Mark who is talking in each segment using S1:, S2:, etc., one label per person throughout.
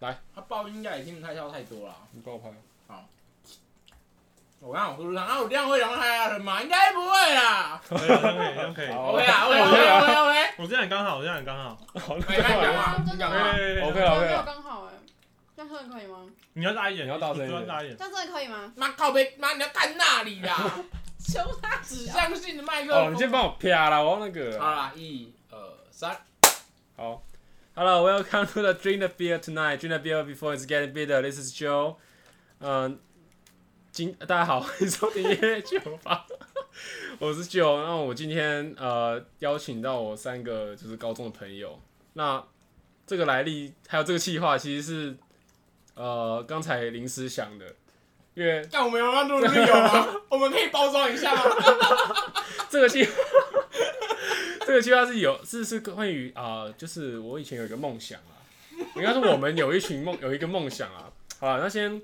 S1: 来，
S2: 他爆音应该也听不太到太多啦。
S1: 你帮我拍。
S2: 我刚刚我说上，啊，我这样会伤害他人吗？应该不会啦。
S3: 可以，这样可以，这样可以。
S1: 好
S2: OK 啊，OK OK OK OK。
S3: 我这样刚好，我这样刚好。
S1: 好，
S2: 哎那你讲
S1: 那
S2: 话
S4: 真的
S3: 哎
S4: 吗
S3: 哎哎哎
S1: OK 了
S4: 没有
S1: OK
S4: 没有
S1: 了，
S4: 刚好哎，这样真的可以吗？
S3: 你要大一点，
S1: 你要大声一点
S3: 你要大一点。
S4: 这样真的可以吗？
S2: 妈靠背，妈你要干那里啦！
S4: 求他啊
S2: 指向性的麦克
S1: 哦，
S2: 风。
S1: 你先帮我啪啦，我要那个。
S2: 好啦，一二三。
S1: 好，Hello, welcome to the drink the beer tonight. Drink the beer before it's getting bitter. This is Joe. 嗯，今大家好，欢迎收听音乐酒吧， 我是 Joe。那我今天呃邀请到我三个就是高中的朋友。那这个来历还有这个计划其实是呃刚才临时想的，因为
S2: 但我们有办法录里面有 吗？我们可以包装一下吗？
S1: 这个计 这个计划是有是是关于啊、呃就是我以前有一个梦想啊，应该是我们有一群梦 有一个梦想啊。好了，那先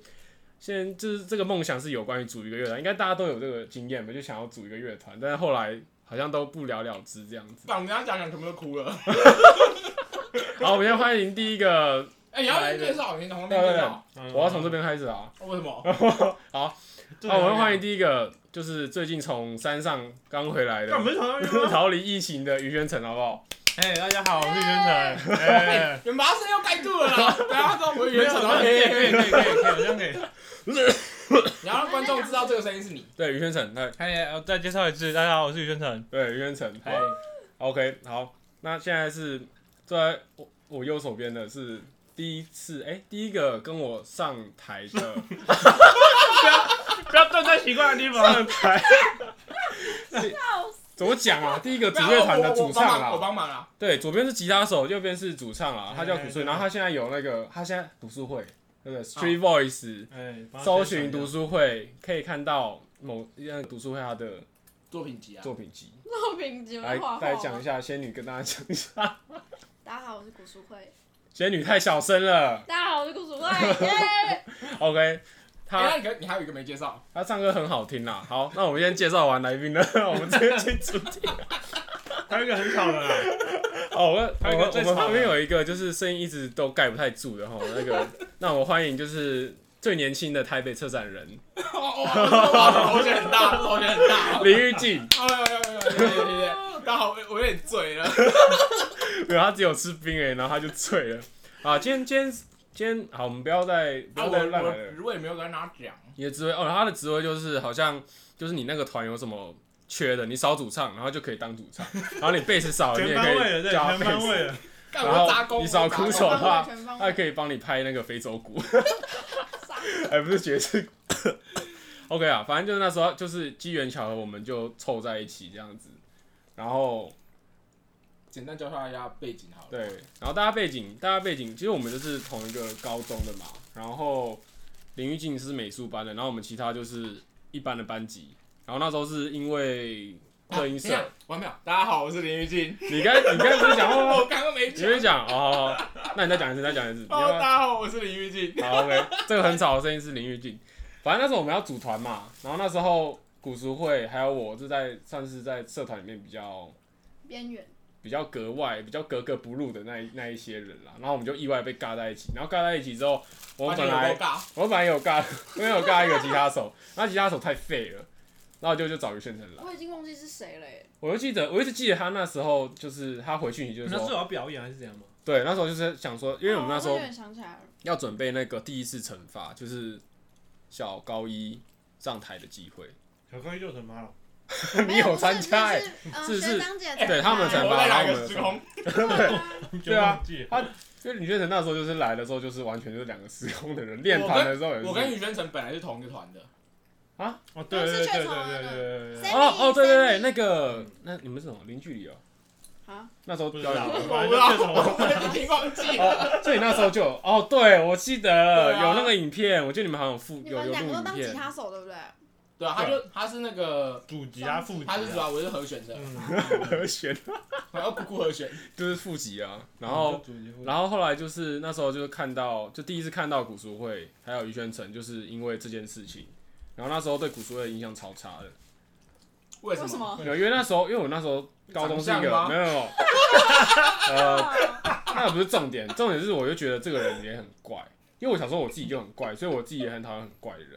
S1: 先就是这个梦想是有关于组一个乐团，应该大家都有这个经验吧，就想要组一个乐团，但是后来好像都不了了之这样子。
S2: 但我们这样讲讲，全部都哭了。
S1: 好，我们先欢迎第一个，
S2: 哎，你要先介绍，你从那边介绍。
S3: 嗯
S1: 我要从这边开始啊。
S2: 为什 么？
S1: 好，我们欢迎。第一个，就是最近从山上刚回来
S3: 干 我
S1: 的，
S3: 们从那边吗
S1: 逃离疫情的于轩成，好不好？
S3: 哎，大家好，我是袁晨。哎，
S2: 你们把他声音又盖住了 啦！等下他知道我们原厂，然后
S3: 可以，可以，可以，可以，好像可以。
S2: 你要让观众知道这个声音是你。
S1: 对，于轩成，对
S3: 嗨，我再介绍一次，大家好，我是于宣成。
S1: 对，于轩成，
S2: 哎
S3: 嗨，
S1: OK，好，那现在是坐在我我右手边的是第一次，哎、第一个跟我上台的
S3: 不要站在奇怪的地方。
S1: 上台，怎么讲啊？第一个主乐团的主
S2: 我帮
S1: 唱
S2: 忙，我
S1: 啊，
S2: 帮忙哎啦。
S1: 对，左边是吉他手，右边是主唱啊，他叫
S3: 对
S1: 古
S3: 对
S1: 穗，
S3: 对
S1: 然后他现在有那个，他现在读书会，那
S2: 哦
S1: 个 Street Voice、
S3: 哎，
S1: 搜寻读书会，可以看到某一样读书会他的
S2: 作品集啊，
S1: 作品集，
S4: 作品集
S1: 来
S4: 们画画
S1: 来讲
S4: 吗
S1: 一下仙女，跟大家讲一下，
S4: 大家好，我是古淑慧。
S1: 仙女太小声了
S4: 大家好，我是古淑慧。 耶！
S1: ，OK，
S2: 哎
S1: 他。
S2: 那你可你还有一个没介绍，
S1: 他唱歌很好听啦。好，那我们先介绍完来宾了， 我们直接进主 题。
S3: 还有一个很吵的啦。
S1: 哦，我
S3: 还
S1: 我们
S3: 有一个
S1: 我
S3: 最
S1: 们
S3: 吵的
S1: 旁边有一个就是声音一直都盖不太住的哈，那个， 那我欢迎就是最年轻的台北车展人
S2: 哦，哇，头衔很大，头衔很大。
S1: 林玉静，
S2: 哦，有有有有有有有，刚好我我有点醉了。
S1: 没有他只有吃冰哎、然后他就醉了。啊，今天今天今天好，我们不要再不
S2: 啊，
S1: 要
S2: 我
S1: 再乱来
S2: 我
S1: 了。
S2: 如果也没有跟他讲，
S1: 你的职位哦，他的职位就是好像就是你那个团有什么缺的，你少主唱，然后就可以当主唱，然后你贝斯少，你也
S3: 全
S1: 可
S3: 方位的，
S1: 以
S3: 对，
S1: 叫他
S3: 全
S1: 贝
S3: 方
S1: 斯
S3: 位的。
S2: 干
S1: 然后
S2: 我杂工，
S1: 你少
S2: 我杂工
S1: 苦手话
S4: 全方位全方
S1: 他
S4: 位
S1: 可以帮你拍那个非洲鼓，
S4: 傻
S1: 哎，不是爵士鼓。OK 啊，反正就是那时候就是机缘巧合，我们就凑在一起这样子。然后
S2: 简单教他一下背景好了。啊
S1: 对，然后大家背景，大家背景，其实我们就是同一个高中的嘛。然后林玉静是美术班的，然后我们其他就是一般的班级。然后那时候是因为
S2: 啊，
S1: 乐音社，
S2: 等一下完没有？大家好，我是林玉静。哦
S1: 你刚你刚才不是讲话
S2: 我
S1: 吗？
S2: 刚刚没
S1: 你
S2: 讲。
S1: 没讲哦好，好好那你再讲一次，再讲一次。你要
S2: 哦，
S1: 不要
S2: 大家好，我是林玉静。
S1: 好，OK，这个很吵的声音是林玉静。反正那时候我们要组团嘛，然后那时候古俗会还有我是在算是在社团里面比较
S4: 边缘。
S1: 比较格外、比较格格不入的那一那一些人啦。然后我们就意外被尬在一起，然后尬在一起之后，我们本来我本来有尬，因为有尬一个吉他手，那吉他手太废了，然后就就找于炫成来。
S4: 我已经忘记是谁了耶。
S1: 我就记得，我一直记得他那时候就是他回去，你就
S3: 你
S1: 是
S3: 那时候
S1: 说，
S3: 要表演还是怎样吗？
S1: 对，那时候就是想说，因为我们那时
S4: 哦
S1: 候
S4: 有点想起来 了。
S1: 要准备那个第一次惩罚，就是小高一上台的机会。
S3: 小高一就成妈了。
S1: 你有参加
S4: 哎
S1: 欸？是
S4: 是是
S1: 是
S4: 呃学长姐
S1: 对他们才
S4: 参
S2: 我
S1: 把
S4: 加
S2: 在哪个
S1: 我
S2: 时空？
S1: 对啊
S3: 忘记了
S1: 就李炫成那时候就是来的时候，就是完全就是两个时空的人。练团的时候也是，
S2: 我跟宇轩成本来是同一个团 的，
S3: 哦，对对对对对对对对。
S1: 哦哦对对对，
S4: Sammy，
S1: 那个那你们是什么零距离哦？
S4: 啊，
S1: 那时候
S3: 不
S1: 表
S3: 知
S1: 演
S3: 道，
S1: 过，
S3: 反正就成。
S2: 我已经忘记了。
S1: 哦，所以那时候就有哦，对我记得
S2: 对啊
S1: 有那个影片，我记得你们好像有附
S4: 你
S1: 有
S4: 们
S1: 有
S4: 两
S1: 录
S4: 个都
S1: 影
S4: 当吉
S1: 片，
S4: 他手对不对？
S2: 对啊，他就他是那个，
S3: 主吉啊，副吉
S2: 他是主
S3: 啊。
S2: 要我是和弦的，
S3: 嗯，
S1: 和弦
S2: 然后酷酷和弦。
S1: 就是复集啊，然后
S3: 主吉副吉
S1: 然后后来就是那时候就是看到，就第一次看到古书会还有于宣成，就是因为这件事情。然后那时候对古书会的印象超差
S2: 嗯
S1: 的，
S2: 为
S4: 为什？么？
S1: 没有因为那时候因为我那时候高中是一
S2: 长相
S1: 个
S2: 吗
S1: 没有，没有呃，那也不是重点，重点是我就觉得这个人也很怪，因为我小时候我自己就很怪，所以我自己也很讨厌很怪的人。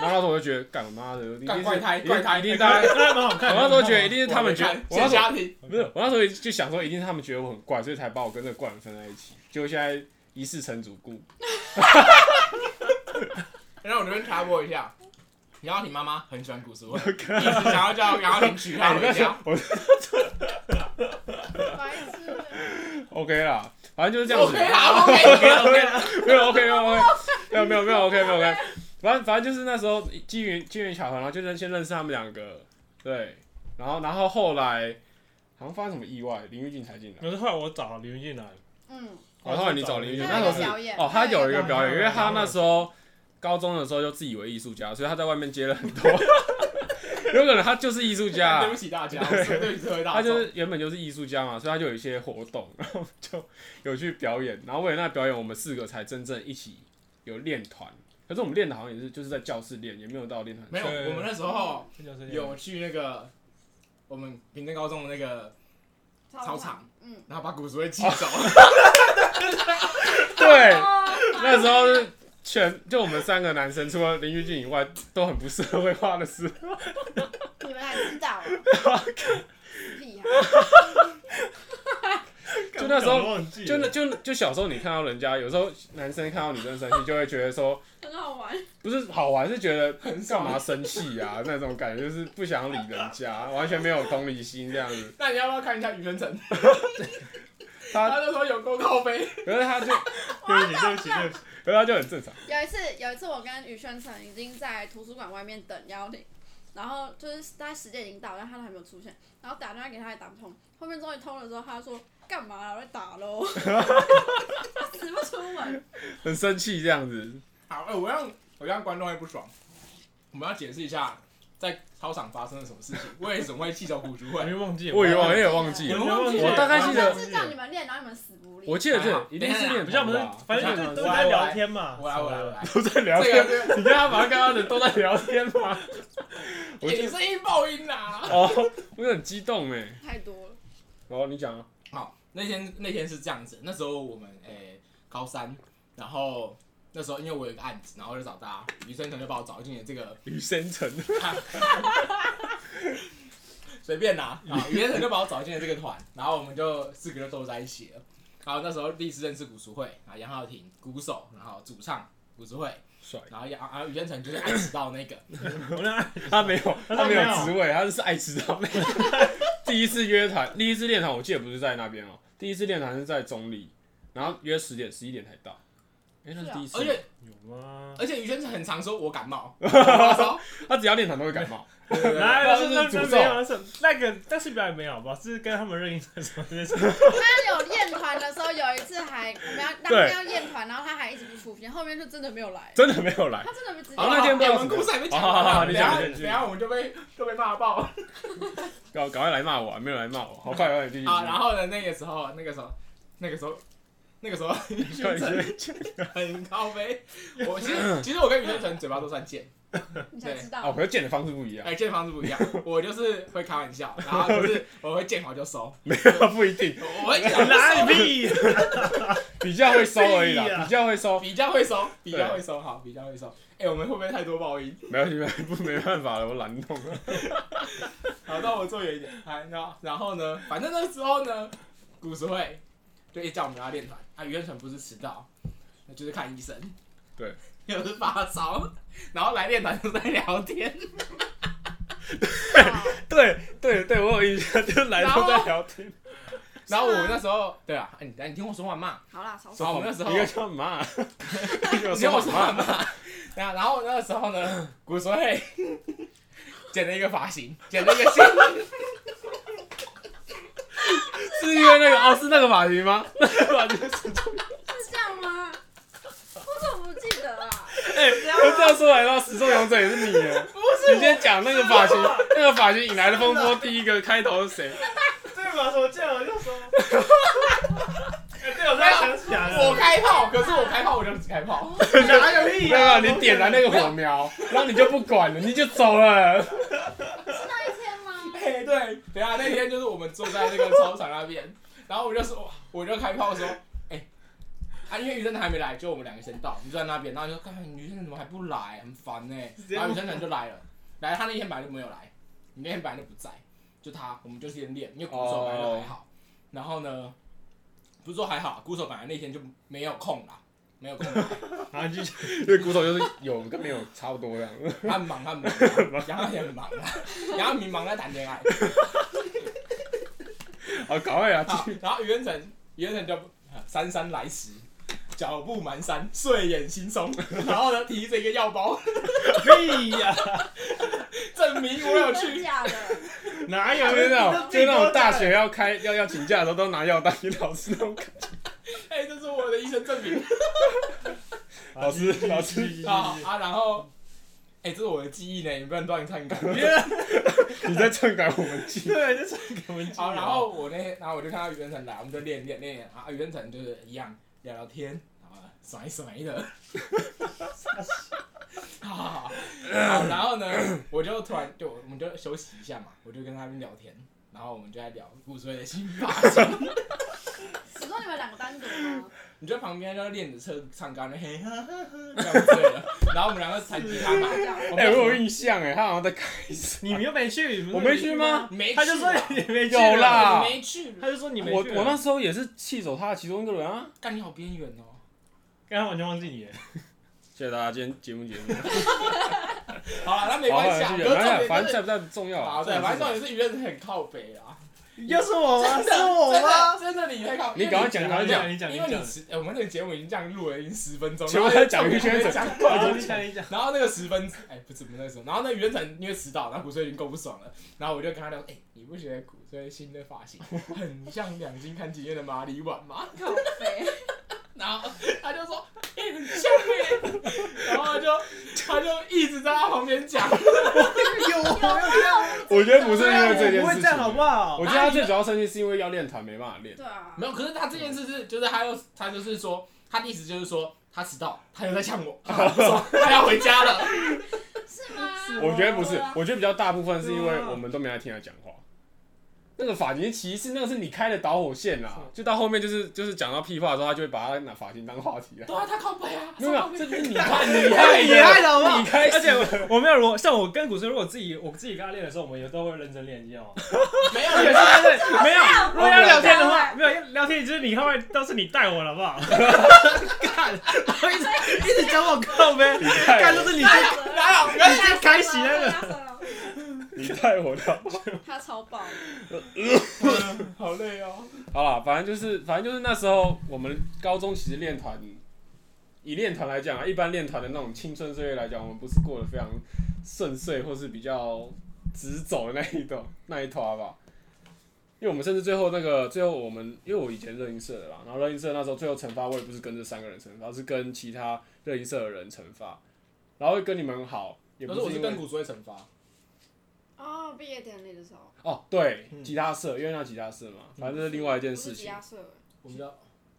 S1: 然后那时候我就觉得，干我妈的，一定
S2: 干
S1: 是
S2: 怪胎
S1: 一定
S2: 怪胎
S1: 一定大
S3: 那
S1: 家。
S3: 那蛮好看
S1: 我
S3: 的。
S1: 那时候觉得一定是 他们觉得
S2: 看，
S1: 我那
S2: 谢
S1: 时候
S2: 家庭，
S1: 不是我那时候就想说，一定是他们觉得我很怪，所以才把我跟这个怪人分在一起。结果现在一世成主顾，
S2: 然后我这边插播一下，杨浩婷妈妈很喜欢古时 文，一直想要叫杨浩婷娶她
S1: 哎，
S2: 回家。
S1: 我
S4: 白痴，
S1: OK 啦，反正就是这样子。
S2: OK 啦，OK OK
S1: 没有 OK 没有 OK 没有没有没有 OK 没有 OK，反正反正就是那时候机缘机缘巧合，然后就认先认识他们两个，对，然后然后后来好像发生什么意外，林玉俊才进来。
S3: 可是后来我找林俊来，
S4: 嗯，
S1: 哦，后来你找林玉俊，
S4: 他
S1: 那
S4: 有
S1: 时
S4: 一
S1: 候
S4: 个
S1: 是
S4: 表演，
S1: 哦，他有一个表演，因为他那
S4: 那
S1: 时候高中的时候就自以为艺术家，所以他在外面接了很多， 有可能他就是艺术家
S2: 对，不起大家，我是对不起社会大
S1: 啊他就
S2: 众。
S1: 是原本就是艺术家嘛，所以他就有一些活动， 然后就有去表演，然后为了那表演，我们四个才真正一起有练团。可是我们练的好像也是就是在教室练，也没有到练团。
S2: 没有，我们那时候
S3: 这就是这样
S2: 有去那个我们平镇高中的那个，操场，
S4: 嗯，
S2: 然后把古时文寄走。
S1: 哦对，
S4: 哦
S1: 那时候是全就我们三个男生，除了林玉静以外，都很不社 会化的事。
S4: 你们还知道啊？ 屁啊！
S1: 就那时候
S3: 我忘记了
S1: 就那就就小时候你看到人家，有时候男生看到女生生气，就会觉得说
S4: 很好玩，
S1: 不是好玩，是觉得干嘛生气啊那种感觉，就是不想理人家，完全没有同理心这样子。
S2: 那你要不要看一下余文成？
S1: 他
S2: 他就说有够靠背，
S1: 可是他就
S3: 对不起对不起对不起，
S1: 可是他就很正常。
S4: 有一次，有一次我跟宇轩成已经在图书馆外面等邀婷，然后就是大概时间已经到，但他都还没有出现，然后打电话给他也打不通，后面终于通了之后，他就说干嘛啊啦，我在打喽，死不出门，
S1: 很生气这样子。
S2: 好，哎、我让我让观众会不爽。我们要解释一下，在操场发生了什么事情，为什么会气走古竹
S3: 我
S2: 会？
S3: 没忘记了，
S1: 我以为我也有忘记
S3: 我
S1: 了，
S3: 没忘记了，
S1: 我大概记得
S4: 上次叫你们练，然后你们死不
S1: 我 哎
S4: 练，
S1: 记得这一定是练
S3: 比较不
S1: 团
S3: 是
S1: 吧，，
S3: 反正就都在聊天嘛。
S2: 我来，我来，我来。
S1: 都在聊
S2: 这
S1: 天。
S2: 个
S1: 你跟他忙，刚刚的都在聊天吗？
S2: 这
S1: 我
S2: 个，
S1: 记
S2: 你
S1: 得
S2: 声音爆音啊啦、
S1: 哦， 我很激动哎。
S4: 太多了，
S1: 然后你讲啊，
S2: 好，那天那天是这样子，那时候我们诶、高三，然后那时候因为我有一个案子，然后就找大家，余生成就把我找进了这个
S1: 雨生成，
S2: 随便啦，啊，余生成就把我找进了这个团，然后我们就四个就都在一起了。然后那时候第一次认识古书会啊，杨浩庭鼓手，然后主唱古书会，
S1: 帅。
S2: 然后杨啊余先成就是爱迟到那个，
S3: 我那
S1: 他没有，他没有
S3: 他
S1: 职
S3: 没
S1: 位，他是爱迟到 那个。第一次约团，第一次练团，我记得不是在那边哦，第一次练团是在中立，然后约十点、十一点才到。哎，那是第一次
S2: 而，且
S3: 有吗？
S2: 而且于先成很常说我感 冒，我发烧
S1: 他只要练团都会感冒。
S2: 对对对
S3: 来，
S1: 那
S3: 那
S1: 是
S3: 是那
S1: 诅
S3: 那
S1: 咒
S3: 没有，那是那个，但是表演没有吧？是跟他们认识什么这 些
S4: 他有练团的时候，有一次还我们要当
S1: 对
S4: 天要练团，然后他还一直不出现，后面就真的没有来，
S1: 真的没有来
S4: 他。真的不直接
S1: 好那天不知
S2: 哎
S1: 道
S2: 我们故事还没讲
S1: 好好好
S2: 完，
S1: 你
S2: 等
S1: 讲
S2: 下
S1: 你
S2: 等
S1: 讲嗯
S2: 下我们就被就被骂爆啊！
S1: 赶赶快来骂我、啊，没有来骂我，好快，快点继续。
S2: 啊然后呢，那个时候，那个时候，那个时候，那个时候，于
S1: 继续快
S2: 先成
S1: 点继续
S2: 很高 飞。我其实其实我跟于先成嘴巴都算贱，
S4: 你才知
S1: 哦，
S4: 道，
S1: 可是见的方式不一样，
S2: 哎，贱的方式不 一样。我就是会开玩笑，然后就是我会见好就 收，
S1: 没有不一定，
S2: 我会见好就
S3: 哪
S2: 收
S3: 里屁？啊
S1: 比较会收而已
S3: 屁
S1: 啦，
S3: 呀
S1: 比较会收，
S2: 比较会收，比较会收，好，比较会收。哎，我们会不会太多报应？
S1: 没关系，没关系不没办法了，我懒动了。
S2: 好，那我坐远一点。哎，那然后呢？反正那时候呢，古时会就一直叫我们要练团。啊，袁成不是迟到，那就是看医生。
S1: 对，
S2: 又是发烧，然后来练团就在聊天。
S4: 哇
S1: 对对对，我有印象，就来
S2: 然后
S1: 聊天。
S2: 然后我那时时候，对啊，哎你哎你听我说话嘛。
S4: 好啦，吵死
S2: 然后我那时候
S1: 一，个叫骂，一个
S2: 你听我说话
S1: 骂，
S2: 嘛。然后然后那时候呢，古时会剪了一个发型，剪了一 个新
S1: 是因为那个哦，是那个发型吗？那个发型是，
S4: 是这样吗？我怎么不记得啊？
S1: 哎，我这样说来的话，始作俑者也是你耶。你今天讲那个发型，那个发型引来的风波，第一个开头是谁？
S3: 对吧？我见我 就说。哎，对，我突
S2: 没
S3: 然
S2: 有
S3: 想起来了。
S2: 我开炮，可是我开炮我就只开炮。
S3: 哪个
S1: 没
S3: 屁
S1: 有没
S3: 呀？
S1: 有，你点燃那个火苗，然后你就不管了，你就走 了。
S4: 是那一天吗？
S2: 哎、对，等一下那天就是我们坐在那个操场那边，然后我就说，我就开炮说，哎啊，因为余生团还没来，就我们两个先到，就在那边，然后就说，看余生团怎么还不来，很烦呢、然后余生团就来了，来他那天本来就没有来，你那天本来就不在，就他，我们就先练，因为鼓手本来就还好，然后呢，不是说还好，鼓手本来那天就没有空啦，没有空来，
S3: 然后就
S1: 因为鼓手就是有跟没有差不多 这样。
S2: 他很忙，他很忙，然后也很忙啊，然后迷茫在谈恋爱，
S1: 好，赶快啊，继
S2: 好
S1: 续。，
S2: 然后余文成，余文成就啊姗姗来迟，脚步蹒跚，睡眼惺 忪，然后呢提着一个药包，
S3: 屁啊呀，
S2: 证明我有
S4: 真的
S2: 去。
S4: 假的？
S3: 哪有
S1: 就是那种，就是那种大
S3: 学
S1: 学要开要要请假的时候都拿药单给老师那种感觉。
S2: 哎、这是我的医生证明。
S1: 老
S3: 啊
S1: 师老师
S2: 好啊，然后，哎、这是我的记忆呢，你不能乱篡改。
S1: 你在篡改我们记忆，
S3: 对，就是给我们啊
S2: 好，然后我那天，然后我就看到余文成来，我们就练练练练啊，余文成就是一样聊聊天，然后甩一甩的。好好好，好然后呢，我就突然就我们就休息一下嘛，我就跟他们聊天，然后我们就在聊骨髓的新发现。
S4: 只说你们两个单独吗？
S2: 你就在旁边就练着唱唱歌，嘿哈哈哈，这样子了。然后我们两个弹吉他嘛，我
S1: 哎，我有
S2: 们
S1: 印象哎，他好像在开始。
S3: 你们又没去，
S1: 我没去吗？
S2: 没去
S3: 他就说
S2: 啊
S3: 你没去，
S1: 有啦
S2: 你没去，
S3: 他就说你没去。啊
S1: 我我那时候也是气走他的其中一个人啊。
S2: 干你好边缘哦。
S3: 刚刚完全忘记你了。
S1: 谢谢大家今天节目结束。
S2: 好了，那没
S1: 好，
S2: 关系啊，
S1: 继续
S2: 可是重
S1: 反
S2: 点
S1: 正反
S2: 就是
S1: 正在不在不重要啊。
S2: 啊，对，反正重点是舆论很靠北啦。
S3: 又是我吗？是我吗？
S2: 真的，真的你太靠，
S1: 你赶快讲
S2: 因
S1: 赶
S2: 为
S1: 快
S2: 你
S3: 讲你讲
S2: 因为
S3: 你
S2: 你
S3: 讲
S2: 迟，哎我们那个节目已经这样录了已经十分钟，
S1: 全部
S2: 然后
S1: 在讲于轩
S2: 重点
S1: 成
S2: 讲过
S3: 好，你讲你讲。
S2: 然后那个十分，哎、不是不是那个时候，然后那袁晨因为迟到，然后骨髓已经够不爽了，然后我就跟他聊，哎、你不觉得骨髓新的发型很像两金看景院的马里碗吗？
S4: 靠背，
S2: 然后他就说，哎、很像耶，然后就他就一直在他旁边讲，
S3: 有啊
S1: 我觉得不是因为这
S3: 我
S1: 件
S3: 不会
S1: 事
S3: 这
S1: 情
S3: 样，好不好
S1: 我？觉得他最主要生气是因为要练团没办法练
S4: 对。啊，
S2: 没有，可是他这件事是，就是他又他就是说，他的意思就是说他迟到，他又在呛我，他好不 爽，他要回家了。
S4: 是吗？
S1: 我觉得不是
S4: 对啊，
S1: 我觉得比较大部分是因
S3: 对
S1: 为
S3: 啊
S1: 我们都没来听他讲话。那个发型歧视，那个是你开的导火线啦。就到后面就是就是讲到屁话的时候，他就会把他拿发型当 话题了。
S2: 对啊，他靠背啊，
S1: 没有，没有这就是你害
S3: 你
S1: 你害
S3: 你害的好不好
S1: 你开
S3: 而且
S1: 始。
S3: 我我没有，如果像我跟古时，如果自己我自己跟他练的时候，我们有时候会认真练，你知道吗？
S2: 没
S3: 而且
S2: 有
S3: 是真的 没有， 如果要聊天的话，
S4: 我
S3: 没有要聊天，就是你后面都是你带我了，好不好？干，我一直一直讲我靠呗，
S1: 害我
S3: 干都是你先
S2: 哪有，
S3: 你先开启那个。
S4: 个，
S1: 你带我的。
S4: 他超棒，
S2: 好累哦。
S1: 好了，反正就是反正就是那时候我们高中其实练团，以练团来讲啊，一般练团的那种青春岁月来讲，我们不是过得非常顺遂，或是比较直走的那一段那一团吧。因为我们甚至最后那个最后我们，因为我以前热音社的啦，然后热音社那时候最后惩罚我也不是跟这三个人惩罚，是跟其他热音社的人惩罚，然后会跟你们好，也
S2: 可
S1: 不
S2: 是我
S1: 是
S2: 是
S1: 因为
S2: 跟骨髓惩罚，
S4: 哦，毕业典礼的时候，
S1: 哦对
S2: 嗯
S1: 吉他社，因为那吉他社嘛，反正这是另外一件
S4: 不
S1: 事
S4: 是吉
S1: 情
S4: 他社，
S2: 我们叫。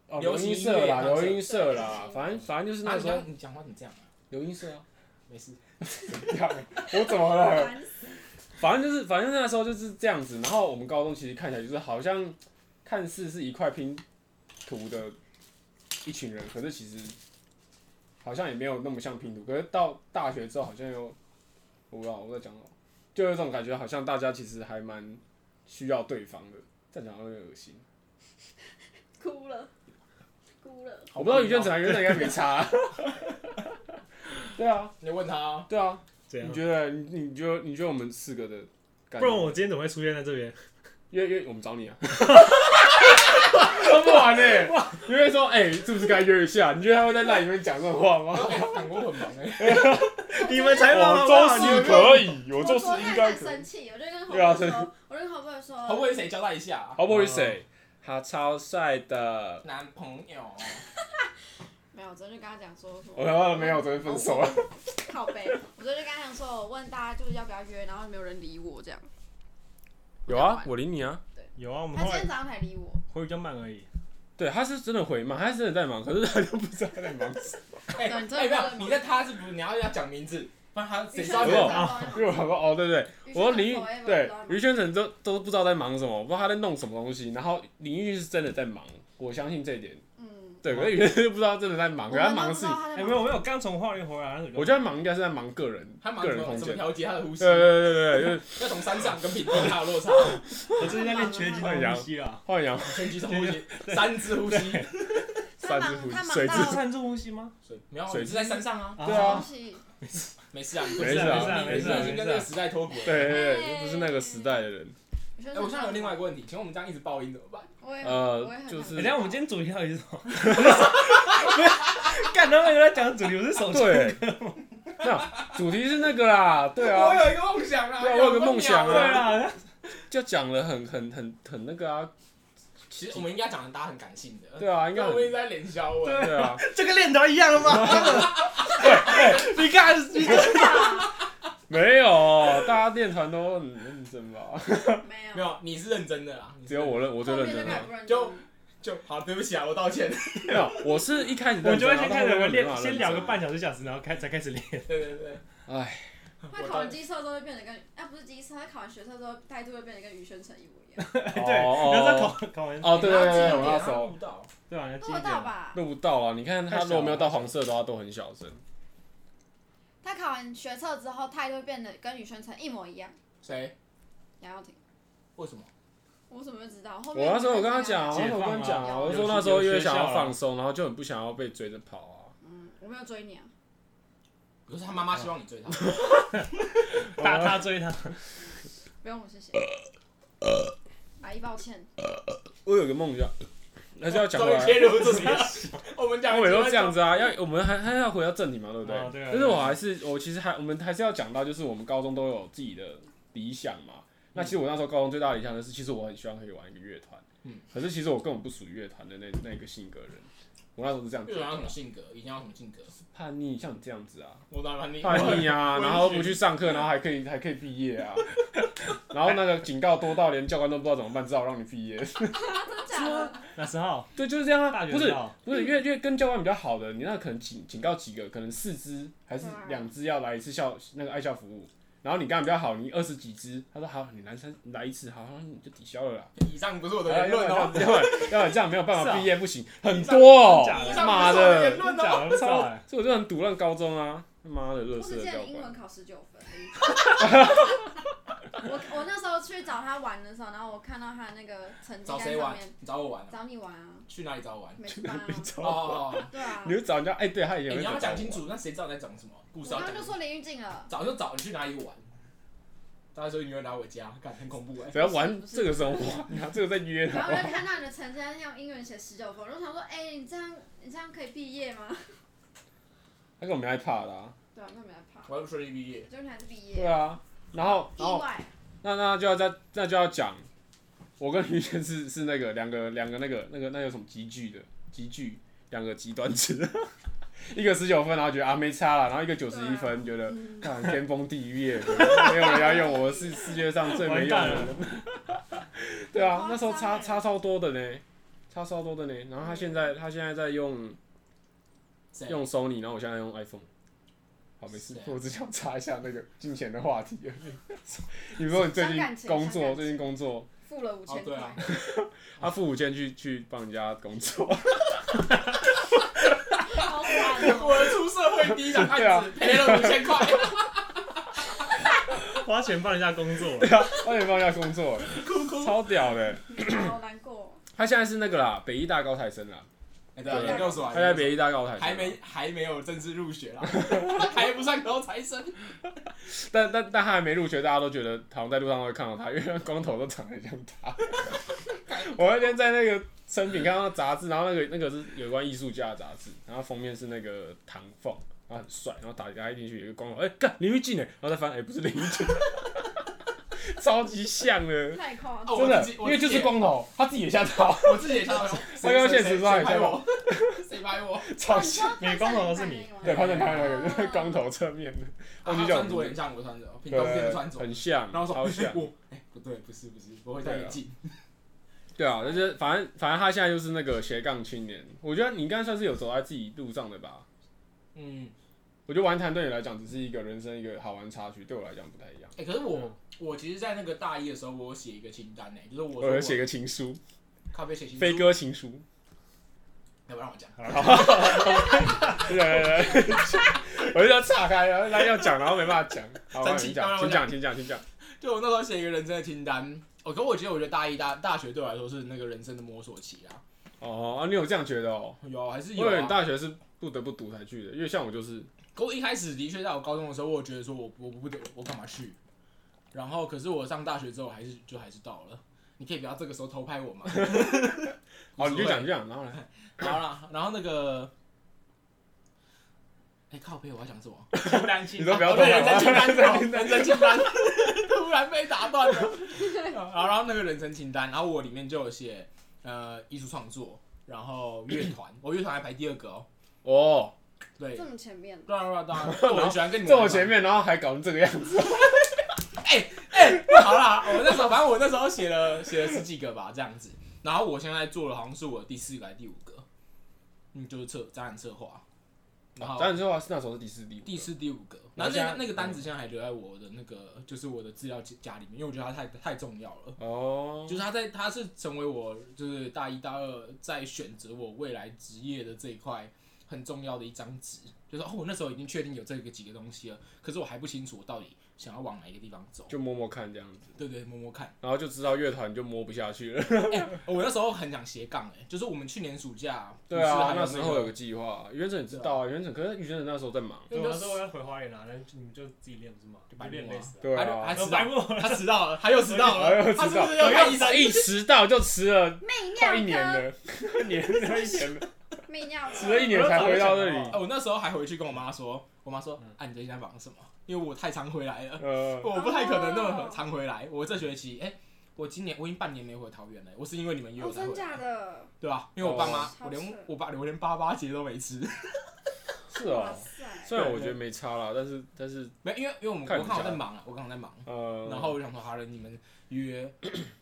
S1: 哦，
S2: 流
S1: 流
S2: 行
S1: 音
S2: 音乐
S1: 社啦，
S2: 那
S1: 流
S2: 种
S1: 音社
S4: 流
S1: 啦
S4: 行，
S1: 反正反正就是那
S2: 啊，你
S1: 时候
S2: 刚你讲话怎么这样啊？
S1: 流音社啊，
S2: 没事，
S1: 我怎么了？
S4: 烦死
S1: 反正就是反正那时候就是这样子。然后我们高中其实看起来就是好像看似是一块拼图的一群人，可是其实好像也没有那么像拼图。可是到大学之后，好像又我不知道我在讲什么，就有一种感觉，好像大家其实还蛮需要对方的。这样讲有点恶心。
S4: 哭了，哭了，
S1: 我不知道于正成，于正成应该没差啊。 对啊，
S2: 你问他 啊，
S1: 对啊。
S3: 这
S1: 你觉得你你觉得你觉得我们四个的感
S3: 不然
S1: 觉？
S3: 我今天怎么会出现在这边？
S1: 因为因为我们找你啊， 说不完呢、你会说哎、是不是该约一下？你觉得他会在那里面讲这种话 吗？
S2: 哎反过很忙
S1: 欸
S2: 哎。
S3: 你们才忙
S1: 我
S3: 好不好
S1: 做
S3: 你
S1: 事
S3: 们
S1: 可以，我
S4: 我
S1: 做事
S4: 昨天
S1: 应
S4: 很
S1: 该可以
S4: 生。气，我就跟侯
S1: 对啊
S4: 伯
S1: 生
S4: 说，我就跟侯伯
S2: 侯
S4: 说，
S2: 博是谁？交代一下啊。
S1: 好不好？谁？他超帅的。
S2: 男朋
S4: 哦
S2: 友，
S4: 没有，我昨天就跟他讲说什么，
S1: 我他哦妈的没有，昨天分 手了。
S4: 靠背，我昨天就跟他讲说，我问大家就是要不要约，然后没有人理我这样，
S1: 我理你啊。
S3: 有啊，我们
S4: 他
S3: 后
S4: 今
S3: 来
S4: 天早上才理我，
S3: 回比较慢而已。
S1: 对，他是真的回忙，他是真的在忙，可是他就不知道他在忙什么。
S2: 哎
S4: 对你真的
S2: 哎，不要，
S4: 不能
S2: 你在他是不是你要要讲名字，不然他谁
S4: 余
S2: 知
S4: 轩
S2: 道
S4: 很
S2: 你
S1: 没有
S2: 在？
S4: 早
S1: 因为我想说，哦，对对
S4: 余轩
S1: 我
S4: 很
S1: 林
S4: 早哎
S1: 对
S4: 不
S1: 于
S4: 知道
S1: 宣城都都不知道在忙什么，我不知道他在弄什么东西。然后林玉是真的在忙，我相信这一点。
S4: 嗯，
S1: 对，可是雨轩就不知道真的在忙，
S4: 我
S1: 可是他
S4: 们
S1: 忙的
S4: 都不
S1: 事
S4: 知
S1: 情
S4: 道，他
S3: 哎，
S4: 在
S3: 没有
S4: 忙。
S3: 没有，刚从花莲回来，那时候
S1: 我觉得他忙应该是在忙个人
S2: 他忙
S1: 个
S2: 怎
S1: 人
S2: 么
S1: 空
S2: 怎么
S1: 间。
S2: 调节他的呼吸
S1: 对，对对对，就是
S2: 要从山上跟平地还有落差，
S3: 我最近在练拳击的呼吸啦，
S1: 换阳
S2: 全集中呼吸，三支呼吸，
S1: 三只
S4: 他忙
S1: 虎水
S4: 他
S1: 之
S4: 忙
S3: 是
S4: 到
S3: 三支呼吸吗？
S2: 所以没有，
S1: 水
S2: 你是在山上啊，
S1: 对啊
S4: 东西
S2: 没事啊，没
S1: 没事啊
S2: 没
S1: 没事啊
S2: 已经跟
S3: 没事啊
S2: 那个时代脱轨。
S1: 对对对，对就不是那个时代的人。
S4: 雨轩
S2: 哎，
S4: 是
S2: 我现在有另外一个问题，请问我们这样一直爆音怎么办？
S4: 我也
S1: 呃
S4: 我也很
S1: 就是
S3: 哎等一
S4: 难过
S3: 下我们今天主题到底是什么？不是干他们在讲主题，我是手机。
S1: 对，那主题是那个啦，对
S2: 我
S1: 啊，
S2: 有一个梦想啊，
S1: 对啊我有个梦想啊
S2: 有
S3: 对
S2: 个鸟啊。
S3: 啦，
S1: 就讲了很很很很那个啊，
S2: 其实我们应该讲的大家很感性的，
S1: 对啊，应该
S2: 我
S1: 很
S2: 们一直在脸消我。
S1: 对啊，
S3: 这个练团一样的吗？对，你看，你看，
S1: 没有，大家练团都很认真吧？
S4: 没
S2: 没
S4: 有，
S2: 有，你是认真的啦，你是
S1: 只有我认，我最
S4: 后
S1: 认
S4: 面
S1: 真
S4: 那个也
S1: 了。
S4: 不认真
S2: 就就好，对不起啊，我道 歉。
S1: 没有，我是一开始
S3: 我
S1: 认
S3: 就
S1: 真，啊
S3: 会先开始
S1: 然后到后面没
S3: 练，
S1: 办法
S3: 先
S1: 认
S3: 聊
S1: 真
S3: 个半小时、小时，然后开才开始练。
S2: 对对对，
S1: 哎，
S4: 他考完机测之后就变得跟，啊不是机测，他考完学测之后态度会变得跟于宣成一模一样，
S3: 对，
S1: 哦
S3: 然后再考考完，
S1: 哦，对对对对，我
S2: 我
S1: 那
S2: 那
S1: 时
S2: 时
S1: 候
S2: 候到，
S3: 对吧？
S4: 做得到吧？
S1: 录不到啊。你看他
S3: 太小了
S1: 如果没有到黄色的话，都很小声。
S4: 他考完学测之后态度会变得跟于宣成一模一样，
S2: 谁？
S4: 杨耀廷，
S2: 为什么？
S4: 我怎么会知道？后
S1: 我
S4: 面
S1: 那时候我跟他讲，我
S3: 解
S1: 那
S3: 放
S1: 时候
S3: 啊
S1: 我跟他讲啊，我就说
S3: 有
S1: 那时候因为
S3: 有学校
S1: 想
S3: 啊
S1: 要放松，然后就很不想要被追着跑啊。
S4: 嗯，我没有追你啊，
S2: 可是他妈妈希望你追他，
S3: 打他追他，
S4: 不用我谢谢。阿姨抱歉，
S1: 我有个梦想，还是要讲回来
S2: 终于。切入主题 了。我们讲，
S1: 我每都这样。子啊，要我们还还要回到正题嘛，对不对？
S3: 哦对啊
S1: 但是我还是我其实还我们还是要讲到，就是我们高中都有自己的理想嘛。那其实我那时候高中最大的理想就是，其实我很希望可以玩一个乐团，
S2: 嗯
S1: 可是其实我根本不属于乐团的那那个性格人。我那时候是这样觉
S2: 月亮要什
S1: 得
S2: 么，性格？以前要什么性格？
S1: 叛逆，像你这样子啊，
S2: 我当然你，
S1: 叛逆啊，
S2: 我也
S1: 然后不去上课，然后还可以还可以毕业啊， 然后那个警告多到连教官都不知道怎么办，只好让你毕业。
S4: 真的假的？
S3: 那时候
S1: 对，就是这样啊
S3: 大，学
S1: 不是
S3: 的时候
S1: 不是，因为因为跟教官比较好的，你那可能警警告几个，可能四只还是两只要来一次校那个爱校服务，然后你跟他比较好，你二十几只，他说好，你来三来一次，好，那你就抵消了啦。
S2: 以上不是我的
S1: 要
S2: 言
S1: 不
S2: 论
S1: 然
S2: 哦，
S1: 要不然要不然这样没有办
S3: 是
S1: 法
S3: 啊
S1: 毕业不行，很多哦
S3: 真假，的
S1: 妈
S2: 真
S1: 的，
S2: 乱
S3: 真假的不知道哎，
S1: 所以我就很堵烂高中啊，妈的，乐
S4: 我
S1: 色
S4: 只
S1: 的
S4: 记得
S1: 教
S4: 你英文
S1: 官。
S4: 考十九分。 我我那时候去找他玩的时候，然后我看到他那个成绩
S2: 找
S4: 单
S2: 谁
S4: 上
S2: 玩
S4: 面，？
S2: 你找我玩啊？
S4: 找你玩啊，
S2: 去哪里找我玩？
S4: 美术班啊，
S2: 哦哦，哦
S4: 对啊
S1: 你。就找人家，哎，对他以
S2: 哎
S1: 前
S2: 你
S1: 会
S2: 要
S1: 找
S2: 讲
S1: 我
S2: 清楚，那谁知道你在讲什么故
S4: 我
S2: 事要讲
S4: 刚刚
S2: 什么？
S4: 就说林玉 静了，
S2: 早就找你去哪里玩？大家说你会来我家，干很恐 怖哎、
S1: 只要玩
S4: 不是
S1: 这个时候，哇，你看这个在约
S4: 然
S1: 他
S4: 后，我就看到你的成绩单上英文写十九分，我就想说，哎，你这样你这样可以毕业吗？
S1: 他根本没害怕的啊，
S4: 对啊，那没办法，
S2: 我还不顺利毕业，
S4: 结果你还是毕
S1: 对
S4: 业，
S1: 啊，然后
S4: 意
S1: 然后
S4: 外。
S1: 那那就要在那就要讲，我跟于谦是是那个两个两个那个那个那有什么极具的极具两个极端值， 一个十九分，然后觉得啊没差了，然后一个九十一分，觉得
S4: 嗯，
S2: 啊
S1: 看天崩地狱耶，没有人要用我，是世界上最没用的人。对啊，那时候
S4: 欸
S1: 差差超多的呢，差超多的呢。然后他现在他现在在用
S2: 谁
S1: 用 Sony，然后我现在用 iPhone。好，没事
S2: 是啊，
S1: 我只想查一下那个金钱 的话题 而已。你说你最近
S4: 伤感情
S1: 工
S4: 伤感
S1: 作，
S4: 情
S1: 最近工作，
S4: 付了五
S2: 哦
S4: 千
S2: 对啊
S4: 块，
S1: 他付五千去去帮人家工作，
S4: 好惨
S2: 我
S4: 哦！
S2: 的出社会第一场案子赔了五千 块，
S1: 啊
S3: 花钱帮人家工作，
S1: 对啊，他也帮人 家工作，欸
S2: 哭哭。
S1: 超屌的。欸
S4: 好难过。
S1: 他现在是那个啦，北医大高材生啦，
S2: 哎、对啊，你告诉我
S1: 他
S2: 啊，
S1: 在
S2: 你告诉
S1: 北医大高材
S2: 我
S1: 生，
S2: 还没，还没有正式入学 啦，还不算高材生。
S1: 但但但他还没入学，大家都觉得好像在路上会看到他，因为他光头都长得像 他。我那天在那个成品看到杂志，然后那个那个是有关艺术家的杂志，然后封面是那个唐凤，然后很帅，然后打打进去有一个光头，哎、干林玉静哎，然后再翻，哎、不是林玉静， 超级像的，
S4: 太夸
S2: 哦
S4: 张，
S2: 我
S1: 真的
S2: 自己，
S1: 因
S2: 我
S1: 为
S2: 自
S1: 就
S2: 己
S1: 是光头，他自己也吓到，
S2: 我自己也吓到，
S1: 他刚刚现实
S2: 谁谁
S1: 中也吓
S2: 拍
S1: 到
S2: 我，谁拍我？
S1: 超
S4: 哦你
S1: 像。
S4: 说
S3: 美光头都是你
S1: 对，潘正
S4: 他
S1: 堂那个就是光头侧面的，忘记
S2: 啊
S1: 叫
S2: 穿
S1: 什
S2: 着
S1: 么
S2: 很像我穿着，平常天不穿着
S1: 对，。很像，
S2: 然后
S1: 超
S2: 我说
S1: 像， 啊
S2: 我，哎，不对，不是不是，我会戴眼镜。
S1: 对啊，就是反正反正他现在就是那个斜杠青年，我觉得你应该算是有走在自己路上的吧。
S2: 嗯，
S1: 我觉得玩团对你来讲只是一个人生一个好玩插曲，对我来讲不太一样。
S2: 哎，可是我我其实，在那个大一的时候，我有写一个清单呢，就是我
S1: 我有
S2: 说
S1: 写
S2: 我
S1: 个情书，
S2: 咖啡写清
S1: 飞
S2: 单。
S1: 哥情书，
S2: 要不要让我讲？
S1: 对对对， 我就要岔开了，他要讲，然后没办法讲。好，
S2: 真
S1: 我
S2: 气
S1: 请讲，
S2: 当然
S1: 请讲，请讲，请讲。
S2: 就我那时候写一个人生的清单，我、可我觉得我觉得大一大大学对我来说是那个人生的摸索期啦，
S1: 哦，啊你有这样觉得哦？
S2: 有还是
S1: 我以
S2: 有、
S1: 为
S2: 啊
S1: 你。大学是不得不读才去的，因为像我就是，
S2: 可我一开始的确在我高中的时候，我有觉得说我我不得我干嘛去，然后可是我上大学之后还是就还是到了，你可以不要这个时候偷拍 我嘛。
S1: 哦，你就讲
S2: 无啊
S1: 这样，然后呢？
S2: 所谓好啦，然后那个，哎、靠背我要讲什么？
S3: 清单 清
S1: 你
S3: 单
S1: 都不要
S2: 哦
S1: 动
S2: 对人生。
S1: 了
S2: 清单，人生清单， 突然被打断了。 然后然后那个人生清单，然后我里面就有写呃艺术创作，然后乐 团，我乐团还排第二个哦。
S1: 哦，
S2: 对，啊
S4: 这么前面，
S2: 当然当然， 哦我很喜欢跟你们
S1: 这
S2: 玩嘛
S1: 么前。面，然后还搞成这个样 子，
S2: 好啦，我那时候反正我那时候写了写了十几个吧，这样子。然后我现在做的好像是我的第四个还是第五个，嗯，就是策展览策划，然后
S1: 当然说话是那时候是第四第五个
S2: 第四、第五个，然
S1: 然后
S2: 后
S1: 现
S2: 那
S1: 在
S2: 个那个单子现在还留在我的那个，就是我的资料夹里面，因为我觉得它太太重要了。
S1: 哦，
S2: 就是他在他是成为我就是大一大二在选择我未来职业的这一块很重要的一张纸，就是哦，我那时候已经确定有这个几个东西了，可是我还不清楚我到底想要往哪一个地方走。
S1: 就摸摸看这样子，
S2: 对对，摸摸看。哦
S1: 然后就知道乐团就摸不下去 了。
S2: 我那时候很想斜杠哎、就是我们去年暑假，
S1: 对
S2: 不是
S1: 啊
S2: 还，有
S1: 那
S2: 那
S1: 时候有个计划，元稹也知道啊，元稹可是元稹那时候在忙，
S3: 对，我说我要回花园啊，那你们就自己练不是吗？
S2: 就白目啊
S3: 练累死了。
S1: 对
S2: 他
S1: 啊
S2: 就，
S3: 我白目，
S2: 他迟到了，他又迟到
S1: 哎
S2: 了，
S1: 呦，
S2: 啊他
S1: 迟
S2: 是不
S1: 到，
S2: 是又看医生？
S1: 一一迟到就迟了
S4: 媚
S1: 快一
S4: 尿
S1: 年
S4: 科，
S1: 了，一年了，一年了，
S4: 媚尿
S1: 迟了
S4: 科，
S1: 一年才回到这 里。
S2: 哎我那时候还回去跟我妈说，我妈说
S3: 嗯，
S2: 啊，你最近在忙什么？因为我太常回来了。
S1: 呃，
S2: 我不太可能那么常回来。我这学期，哎、我今年我已经半年没回桃园了。我是因为你们约我
S4: 哦，
S2: 才
S4: 真
S2: 回来，
S4: 假的？
S2: 对吧、因为我爸妈，
S4: 哦
S2: 我
S4: 超
S2: 连
S4: 扯
S2: 我爸我连八八节都没吃。
S1: 是
S4: 哇
S1: 哦，
S4: 塞，
S1: 虽然我觉得没差啦，但是但是
S2: 没，因为因为我们
S1: 看
S2: 我
S1: 你
S2: 刚好
S1: 家
S2: 在忙啊，我刚好在忙。
S1: 呃，
S2: 然后我想说，好了，你们约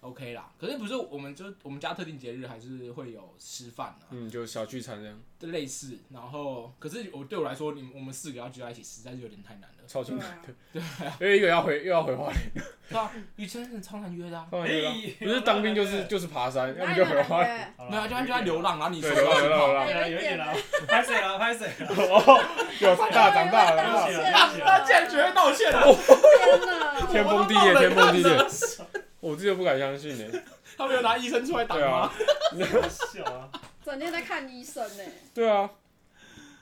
S2: ，OK 啦。可是不是我们就是我们家特定节日还是会有吃饭啊，
S1: 嗯，就小聚餐这样，
S2: 就类似。然后可是我对我来说，你们我们四个要聚在一起，实在是有点太难了。
S1: 超清楚
S4: 对 啊，
S1: 因为一个要回又要回花莲，
S2: 对啊，雨真的超难约的啊。
S1: 当然了
S3: 哎
S1: 不是当兵就是就是爬山，要么
S4: 哪里
S1: 就
S4: 有
S1: 回
S4: 感
S1: 花莲。
S4: 觉？
S3: 好啦
S2: 没有啊，就像就在流浪，然后你说
S1: 对，流
S2: 要
S1: 浪
S2: 去
S1: 流浪
S2: 跑
S1: 流浪，
S3: 有一点了，拍谁了？拍谁啊了？
S1: 有大长大了，
S3: 道
S1: 大
S3: 歉
S1: 了
S3: 道 歉
S2: 他竟然觉得道歉了。
S4: 天哪！
S1: 天崩地裂，天崩地裂，我自己都不敢相信呢。
S2: 他没有拿医生出来打
S1: 对啊
S2: 吗？，
S3: 好笑啊！
S4: 整天在看医生呢、
S1: 对啊，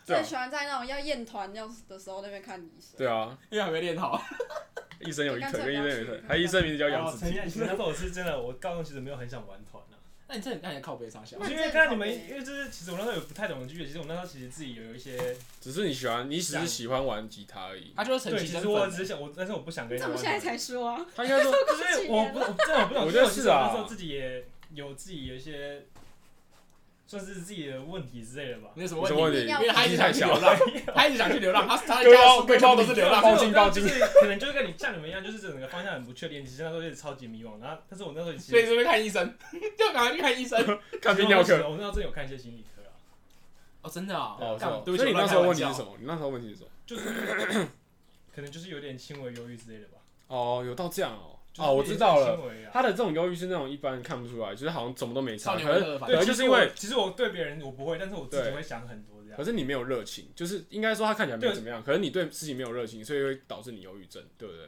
S1: 对
S4: 最
S1: 啊，
S4: 喜欢在那种要验团要的时候那边看医生。
S1: 对啊，
S2: 因为还没练好。
S1: 医生有一腿，跟医生有一腿，还医生名字叫杨
S3: 哦，
S1: 子
S3: 陈
S1: 晴。
S3: 彦希，但是我是真的，我高中其实没有很想玩团啊，
S2: 那你这很看你靠背上下
S4: 那，你
S3: 因
S4: 真
S3: 为
S4: 的
S3: 看
S4: 靠
S3: 你们，
S4: 北
S3: 因为就是其实我那时候也不太懂乐器，其实我那时候其实自己有一些，
S1: 只是你喜欢，你只是喜欢玩吉他 而已。
S2: 他就是
S3: 对，
S2: 陈绮
S3: 其
S2: 贞
S3: 实我
S2: 粉啊
S3: 只是想我，但是我不想跟你
S4: 你怎
S3: 们
S4: 么
S3: 玩
S4: 现在
S3: 团。
S4: 才说啊？
S1: 他应该说，
S3: 就是我不，我真的我不懂，
S1: 我觉得
S3: 其
S1: 是
S3: 实
S1: 啊
S3: 那时候自己也有自己有一些，算是自己的问题之类的吧。
S2: 没有什么
S1: 你什
S2: 问
S1: 么问
S2: 题，
S1: 题？
S2: 因为他一直想
S1: 太
S2: 去
S1: 小
S2: 流
S1: 了。
S2: 浪， 他一直想去流浪，他他
S1: 对
S2: 的
S1: 啊
S2: 家的书
S1: 被
S2: 背
S1: 包
S2: 包都是
S1: 庇
S2: 流浪
S1: 包
S2: 的。
S1: 庇包
S3: 就
S1: 金
S3: 是可能就跟你像你们一样，就是整个方向很不确定，其实那时候也超级迷惘。然后，但是我那时候其实
S2: 所以这边看医生， 就赶快去看医生。
S1: 看泌尿
S3: 其实
S1: 科。
S3: 我那时候我那时候真的有看一些心理科啊，
S2: 哦，真的啊
S1: 哦，是
S2: 干
S1: 哦
S2: 对不起
S1: 所以你
S2: 我
S1: 那
S2: 乱
S1: 时
S2: 开
S1: 候
S2: 玩
S1: 问题
S2: 笑
S1: 是什么？你那时候问题是什么？
S3: 就是 可能就是有点轻微忧郁之类的吧。
S1: 哦，有到这样哦。
S3: 就是
S1: 哦，我知道了。
S3: 轻微啊
S1: 他的这种忧郁是那种一般人看不出来，就是好像怎么都没差，
S2: 少年
S1: 可
S2: 维
S1: 是
S2: 勒的反
S1: 哎对
S2: 应。
S1: 可能就是因为
S3: 其实我对别人我不会，但是我自己会想很多这样
S1: 可。是你没有热情，就是应该说他看起来没有
S3: 对
S1: 怎么样，可是你对自己没有热情，所以会导致你忧郁症，对不对？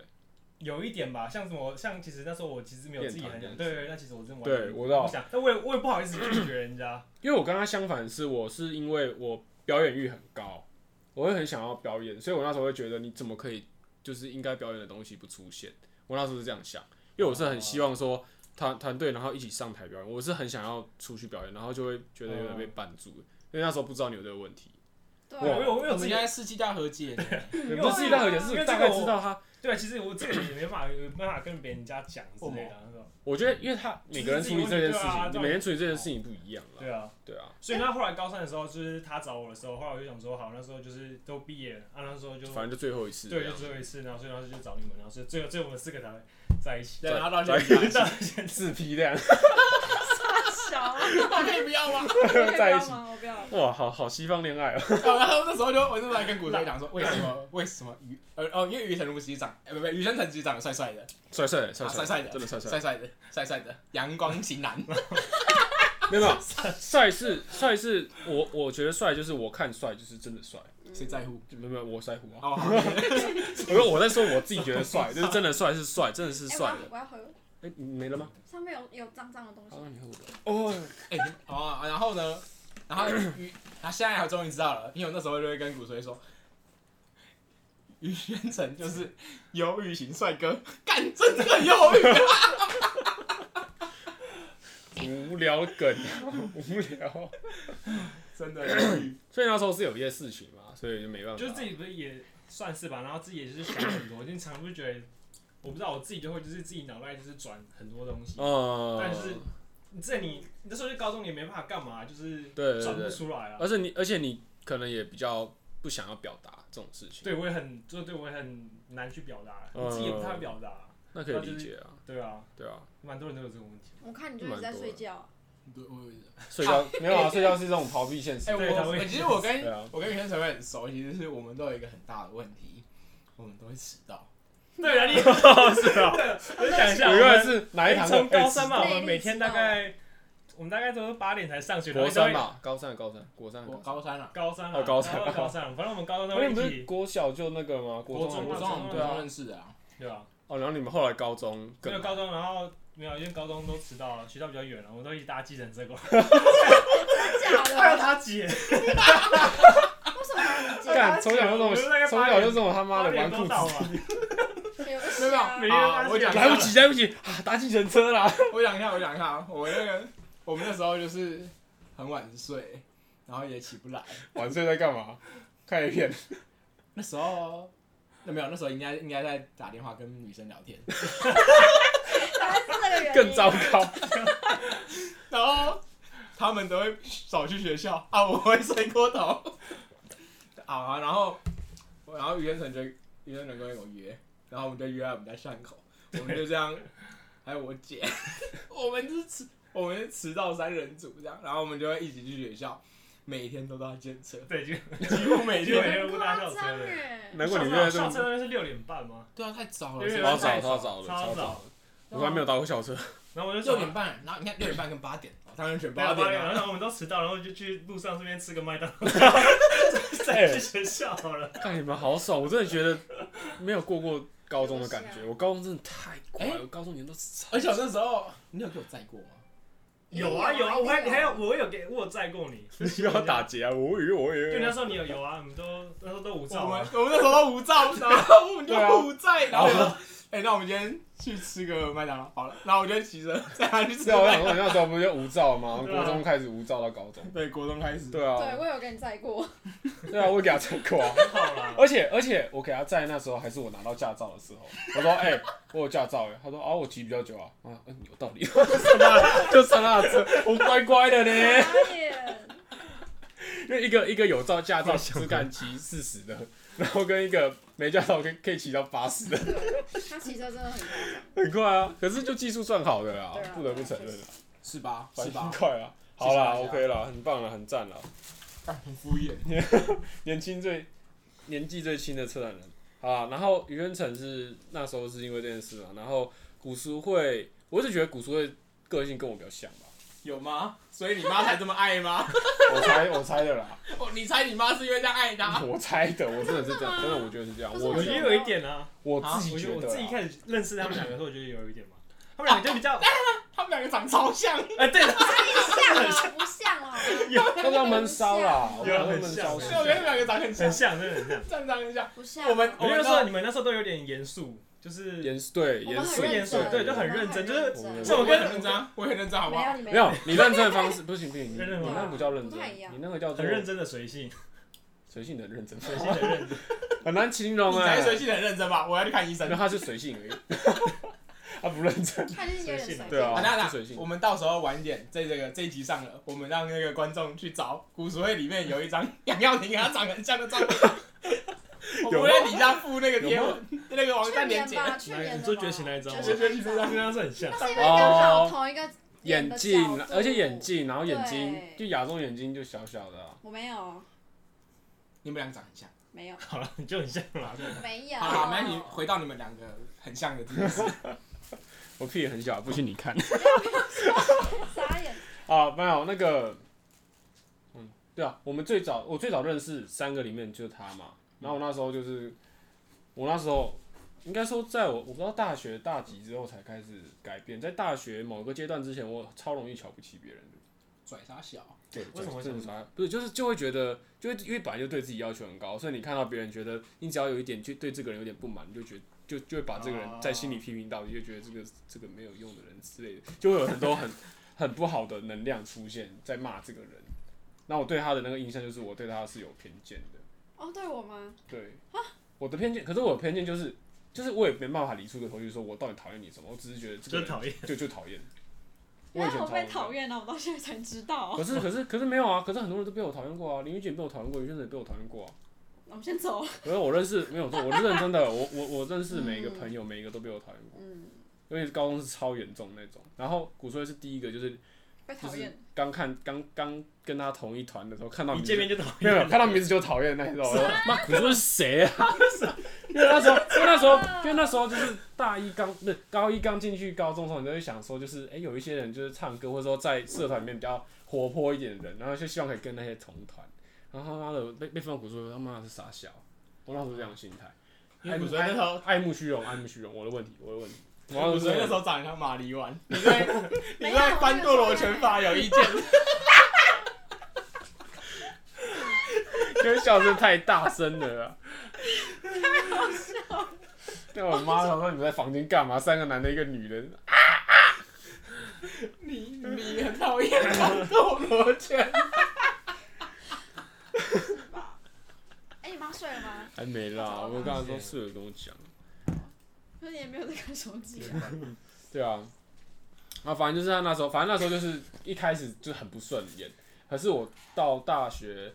S3: 有一点吧，像什么，像其实那时候我其实没有自己很
S1: 练团
S3: 想，
S1: 这
S3: 对
S1: 样子
S3: 对，对那其实我真的完
S1: 对
S3: 全
S1: 我知道
S3: 不想，但我也我也不好意思拒绝人家，
S1: 因为我跟他相反是，我是因为我表演欲很高，我会很想要表演，所以我那时候会觉得你怎么可以就是应该表演的东西不出现？我那时候是这样想，因为我是很希望说团团队然后一起上台表演，我是很想要出去表演，然后就会觉得有点被绊住，因为那时候不知道你有这个问题，
S4: 对
S3: 我
S4: 啊，
S3: 我我有
S2: 我
S3: 自
S2: 们
S3: 己
S2: 现在世纪大和解呢，
S1: 也
S3: 为
S1: 不是自己大和解，
S3: 因为
S1: 是
S3: 这
S1: 大
S3: 个
S1: 概
S3: 我
S1: 知道他。
S3: 对，其实我这个也没办法，也没办法跟别人家讲之类的啊，那种
S1: 我觉得，因为他每个人处理这件事
S3: 就是自己问
S1: 情，
S3: 题
S1: 你每个人处理这件事情不一样
S3: 对
S1: 啦，
S3: 啊。
S1: 对啊，
S3: 所以那后来高三的时候，就是他找我的时候，后来我就想说，好，那时候就是都毕业了，啊，那时候就
S1: 反正就最后一次这
S3: 对，就
S1: 样，
S3: 最后一次，然后所以当时就找你们，然后所以最后最后我们四个才会在一 起。
S2: 对，然后到
S1: 再
S2: 现在，
S1: 自批这样。
S4: 小啊，
S2: 我可以不要吗？
S4: 我可以不
S1: 在一
S4: 要
S1: 起
S4: 吗？我不要。
S1: 哇，好好西方恋爱哦、
S2: 然后那时候就我那时候还跟古天讲说，为什么为什么于呃哦，因为于成儒其实长，哎不不，于成成其实长得帅帅的，
S1: 帅帅的，帅
S2: 啊帅帅的
S1: 真的帅帅
S2: 帅
S1: 的。
S2: 帅的，帅帅的，阳光型男。
S1: 没有没有，帅是帅是我我觉得帅就是我看帅就是真的帅，
S2: 谁在乎？
S1: 就没有没有我在乎啊，
S2: 哦，好
S1: 我说我在说我自己觉得帅，就是真的帅是帅，真的是
S4: 哎、
S1: 帅的。
S4: 我要我要喝，
S1: 哎、你没了吗？
S4: 上面有有脏脏的东西。
S1: 你喝我的。哦，
S2: 哎、哦，然后呢，然后于，他、啊、现在我终于知道了，因为我那时候就会跟古锤说，于轩成就是忧郁型帅哥，干真的很忧郁，
S1: 无聊梗，啊无聊。
S2: 真的很忧郁。
S1: 所以那时候是有一些事情嘛，所以就没办法。
S3: 就是自己不是也算是吧，然后自己也就是想很多， 经常不是觉得，我不知道我自己就会就是自己脑袋就是转很多东西，
S1: 嗯，
S3: 但是你这你那时候就高中也没办法干嘛，就是
S1: 对对呃
S3: 转不
S1: 对，
S3: 出来啊。
S1: 而且你而且你可能也比较不想要表达这种事情，
S3: 对，我也很，就对我也很难去表达，
S1: 嗯
S3: 我自己也不太会表达，
S1: 那可以理解啊，
S3: 对啊，
S1: 对啊，
S3: 蛮多人都有这个问 题。
S4: 我看你就是在睡觉啊，
S2: 对，我也是
S1: 睡觉没有
S3: 哎
S1: 啊，睡觉是这种逃避现实
S2: 哎、。
S3: 对他
S2: 我
S3: 会
S2: 我其实我跟、
S1: 对啊
S2: 我跟于轩成会很熟，其实是我们都有一个很大的问题，我们都会迟到。
S3: 对啊，你
S1: 是啊，
S3: 分享一下，
S1: 我
S3: 我
S1: 原来
S3: 们
S1: 是哪一堂课？
S3: 从高三嘛，
S4: 哎
S3: 我
S4: 知道
S3: 们每天大概，我们大概都是八点才上学，
S1: 哎
S3: 然后
S1: 国
S3: 都
S1: 三
S3: 会
S1: 吧，高三高三国三还
S2: 我
S1: 是高
S2: 高三了、
S3: 高三啊，
S1: 哦高三
S3: 然后高三，反正我们高中
S1: 三，
S3: 都
S1: 不是你
S3: 会一
S1: 不是
S3: 起，
S1: 国小就那个吗？国
S3: 国
S1: 中
S2: 我
S1: 还是
S3: 中啊
S2: 中
S3: 对
S2: 国中认识的啊，
S3: 对啊，
S1: 哦，然后你们后来高中
S3: 没有
S1: 更
S3: 高中，然后没有，因为高中都迟到了，学校比较远啊了，我们都一起搭计程车过来。
S4: 真
S1: 啊
S3: 还有
S4: 假
S3: 他姐，
S4: 的？为什么还有你姐？
S1: 干，从小就这
S3: 我
S1: 种
S3: 们大概八点
S1: 从小就这种他妈
S3: 八
S1: 的纨
S3: 点都
S1: 绔
S3: 到
S1: 子
S3: 了，
S4: 没有
S2: 没有
S4: 啊
S3: 没
S2: 没
S3: 有
S2: 有，
S3: 啊
S2: 啊我讲一下
S1: 来不及，来不及啊！搭计程车啦！
S2: 我讲一下，我讲一下，我那个我们那时候就是很晚睡，然后也起不来。
S1: 晚睡在干嘛？看影片。
S2: 那时候那没有，那时候应该应该在打电话跟女生聊天，
S4: 原来是这个原因。
S1: 更糟糕。
S2: 然后他们都会少去学校啊，我会睡过头。 好啊，然后然后于天成就于天成跟我约，然后我们就约在我们家巷口，我们就这样，还有我姐， 我们就是迟我们是迟到三人组这样，然后我们就会一起去学校，每天都搭见车，
S3: 对， 就
S2: 几乎每
S3: 就
S2: 天。
S3: 没
S4: 很
S3: 不搭
S4: 夸
S3: 校车
S4: 张
S3: 的。
S4: 哎。
S1: 难怪你约
S3: 上
S1: 在
S3: 上车
S1: 这
S3: 那边是六点半吗？
S2: 对啊，太早
S3: 因为
S2: 了，
S1: 超早超早
S3: 早，
S1: 的
S3: 超
S1: 超早。我从来没有搭过校车。
S3: 然后我就
S2: 六
S3: 想
S2: 点半，然后你看六点半跟八点，哦当然选
S3: 没有
S2: 八
S3: 八点，
S2: 点啊。
S3: 然后我们都迟到，然后就去路上这边吃个麦当 劳，再去
S1: 哎，
S3: 学校好 了。
S1: 看你们好爽！我真的觉得没有过过高中的感觉。我高中真的太乖
S2: 哎
S1: 了，我高中年都是
S2: 而且我那时候，你有给我载过吗？
S3: 有啊有
S1: 哎
S3: 啊，我还还有我有给我有载过 你，
S1: 你要打劫啊！我以为我以
S3: 因为那
S1: 为。
S3: 时候你有有啊，我们都那时候都无照
S2: 我们
S3: 啊，
S2: 我们那时候无照，然后我们就
S1: 对啊
S2: 互载，然后我就
S1: 然
S2: 说，哎，那我们今天去吃个麦当劳好了，然后我就骑着载他去吃
S1: 对啊，我
S2: 麦当
S1: 想说你那时候不是就无照吗？
S3: 对啊
S1: 国中开始无照到高中。
S2: 劳。对，国中开始，
S1: 对
S4: 对，
S1: 啊，
S4: 我有跟你载过。
S1: 对啊，我给他载过啊。
S3: 很好啦。
S1: 而且而且我给他载那时候还是我拿到驾照的时候，我说哎、我有驾照哎，他说啊我骑比较久啊，啊嗯有道理， 就上他的车，我乖乖的呢，
S4: 傻眼
S1: 因为一个一个有照驾照只敢骑四十的，然后跟一个没驾照可以可以骑到八十的，
S4: 他骑车真的很夸张。
S1: 很快啊，可是就技术算好的啦
S4: 对啊，
S1: 不得不承认，
S2: 是吧？
S1: 反
S2: 是
S1: 应
S2: 吧？
S1: 快啊，
S2: 谢谢
S1: 好啦
S2: 大家
S1: OK 啦，很棒了，很赞了，
S2: 啊很敷衍。
S1: 年轻最年纪最轻的车展人啊。然后于恩成是那时候是因为这件事嘛，然后古书会，我是觉得古书会个性跟我比较像吧，
S2: 有吗？所以你妈才这么爱吗？
S1: 我猜我猜的啦，
S2: 哦，你猜你妈是因为这样爱他？
S1: 我猜的，我真的是这样，真
S4: 真的吗
S1: 的我觉得是这样，
S4: 可是
S1: 我
S3: 我
S4: 我
S3: 觉
S1: 觉
S3: 得
S1: 得
S3: 有一点啊，
S1: 我
S2: 啊
S1: 自
S3: 我
S1: 己
S3: 觉得
S1: 觉
S3: 我
S1: 得
S3: 自己一
S1: 啊，
S3: 开始认识他们两个的时候，我觉得有一点嘛，他们两个就比较，
S2: 他们两个长超像，
S3: 哎，对，
S4: 像啊，不像啊，
S1: 要不要闷骚啦？我
S3: 有
S1: 们
S3: 很
S1: 闷骚
S3: 像
S2: 对，我觉得他们两个长很像
S3: 很，像，真的 很像。
S2: 长得长得很像。
S4: 不像。啊
S2: 我们
S3: 我们那时候你们那时候都有点严肃，就是
S1: 严肃对
S4: 我们
S1: 严
S4: 很
S1: 肃
S3: 认
S4: 认
S3: 肃
S4: 真，
S3: 对就很认真就是
S4: 我们很认真
S3: 这种
S2: 我也很认真啊，我也很认真，好不
S4: 没
S2: 好？
S4: 有你没
S1: 没有你认真的方式不行不行，你
S3: 认真
S1: 你
S3: 吗
S1: 那不叫认真
S4: 不太一，样
S1: 你那个叫做
S3: 很认真的随性，
S1: 随性的认真，
S3: 随性的认 真。
S1: 很难形容
S2: 你才
S1: 哎
S2: 是，随性的很认真吧？我要去看医生
S1: 没有。他是随性而已， 他不认真。
S4: 他就是有点随便
S1: 对啊
S2: 啊，那
S1: 是水性
S2: 那我们到时候晚一点，在这个这一集上了，我们让那个观众去找古书会里面有一 张杨耀廷跟他长得很像的照片，我
S1: 有吗
S2: 们在底下附那个贴
S1: 有
S2: 文，那个网
S4: 去
S2: 站连
S4: 年
S2: 接。
S4: 吧，去年的吧
S3: 你说觉醒那一张吗
S4: 觉醒那一张
S3: 跟啊他是很像
S4: 那，是因为刚好同一个
S1: 眼
S4: 的角
S1: 镜
S4: 度，
S1: 而且眼，镜，然后眼睛
S4: 对
S1: 就亚洲眼睛就小小的、啊，
S4: 我没有，
S2: 你们俩长得很像，
S4: 没有，
S3: 好了，你就很像 了。
S4: 没有。
S2: 好啦，那你回到你们两个很像 的地方。
S1: 我屁也很小，不信你看。
S4: 傻眼。
S1: 啊，没有那个，嗯，对啊，我们最早我最早认识三个里面就他嘛，然后我那时候就是，我那时候应该说在我我不知道大学大几之后才开始改变，在大学某个阶段之前，我超容易瞧不起别人的。
S2: 拽啥小？
S1: 对，
S3: 为什么会
S1: 这
S3: 这样
S1: 种啥？不是，就是就会觉得，就会因为本来就对自己要求很高，所以你看到别人觉得你只要有一点就对这个人有点不满，你就觉得就就会把这个
S3: 哦
S1: 人在心里批评到，你就觉得这个这个没有用的人之类的，就会有很多很很不好的能量出现在骂这个人。那我对他的那个印象就是我对他是有偏见的，
S4: 哦，对我吗？
S1: 对，
S4: 啊
S1: 我的偏见，可是我的偏见就是就是我也没办法理出个头绪，说我到底讨厌你什么，我只是觉得这个
S3: 真
S1: 人
S3: 讨厌。
S1: 就就讨厌。我
S4: 原
S1: 以
S4: 来
S1: 前
S4: 我被
S1: 超
S4: 讨厌了，我到现在才知道。
S1: 可是可是可是没有啊！可是很多人都被我讨厌过啊，林玉姐被我讨厌过，于先生也被我讨厌过啊。
S4: 那我们先走。
S1: 可是我认识没有错，我是认真的，我我我认识每一个朋友，每一个都被我讨厌过，
S4: 嗯，
S1: 尤其是高中是超严重那种。然后古吹是第一个，就是
S4: 被
S1: 就
S4: 讨
S1: 是
S4: 厌。
S1: 刚看刚刚跟他同一团的时候，看到
S3: 一
S1: 名字
S3: 见
S1: 就
S3: 面就讨
S1: 没有没有
S3: 厌。
S1: 看到名字就讨厌那一种。我说妈，古吹是谁啊？因为那时候，因为那时候，因为那时候就是大一刚不是高一刚进去高中的时候，你就会想说，就是哎、诶有一些人就是唱歌，或者说在社团里面比较活泼一点的人，然后就希望可以跟那些同团。然后他妈的被被分到古说他妈的是傻小，我那时候是这样的心态。
S2: 因为古锥那时候，
S1: 爱慕虚荣，爱慕虚荣，我的问题，我的问题。我要
S2: 古锥那时
S1: 说，
S2: 候长得像马里 丸，你对你对
S4: 有
S2: 翻
S4: 我没有
S2: 堕罗
S4: 说
S2: 拳法有意见？
S1: 因为笑声太大声了啊！太好笑！对我妈她说你们在房间干嘛？三个男的，一个女的。
S2: 你你很讨厌翻堕罗 拳，
S4: 是吧？哎，你妈睡了吗？
S1: 还没啦，
S2: 哦
S1: 我刚才说室友跟我讲。
S4: 可是你也没有在看手机啊。
S1: 对啊，啊，反正就是他那时候，反正那时候就是一开始就很不顺眼。可是我到大学，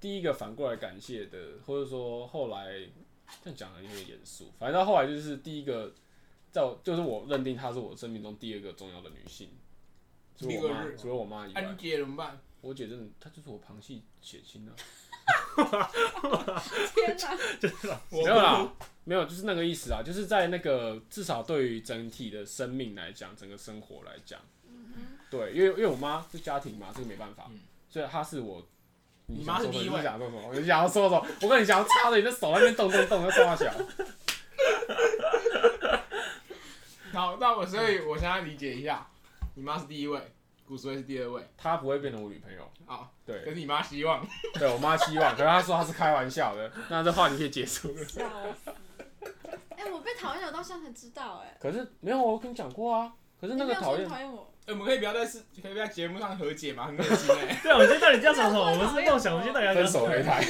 S1: 第一个反过来感谢的，或者说后来这样讲的有点严肃，反正到后来就是第一个，在我就是我认定她是我生命中第二个重要的女性，除了我妈
S2: 第二个，
S1: 除了我妈以
S2: 那你
S1: 外，
S2: 姐怎么办？
S1: 我姐真的她就是我旁系血亲啊，
S4: 天哪！
S1: 没有啦，没有，就是那个意思啊，就是在那个至少对于整体的生命来讲，整个生活来讲，
S4: 嗯
S1: 对，因为因为我妈是家庭嘛，这个没办法，
S2: 嗯
S1: 所以她是我。
S2: 你
S1: 想
S2: 妈是
S1: 说
S2: 第一
S1: 什么
S2: 位
S1: 你想说什么？你想要说什么？我跟你想要插着你的手在那边动动动，在说话小。
S2: 好，那我所以我现在理解一下，你妈是第一位，古锥是第二位，
S1: 她不会变成我女朋友，
S2: 好，可
S1: 对
S2: 是你妈希望。
S1: 对，我妈希望，可是她说她是开玩笑的，那这话题可以结束了。
S4: 笑死！哎，我被讨厌了，我到现在才知道。哎，
S1: 可是没有，我跟你讲过啊。可是
S4: 你
S1: 那
S4: 没
S1: 个
S4: 有
S1: 讨
S4: 说
S1: 厌
S4: 你，讨 厌我，
S2: 哎、我们可以不要在是，可以不要在节目上和解吗？很恶心哎、
S3: 对，啊我们今天到底叫什么？我们是梦想，我们今天到底要
S1: 分
S3: 讲什
S1: 手
S3: 么？
S1: 擂台。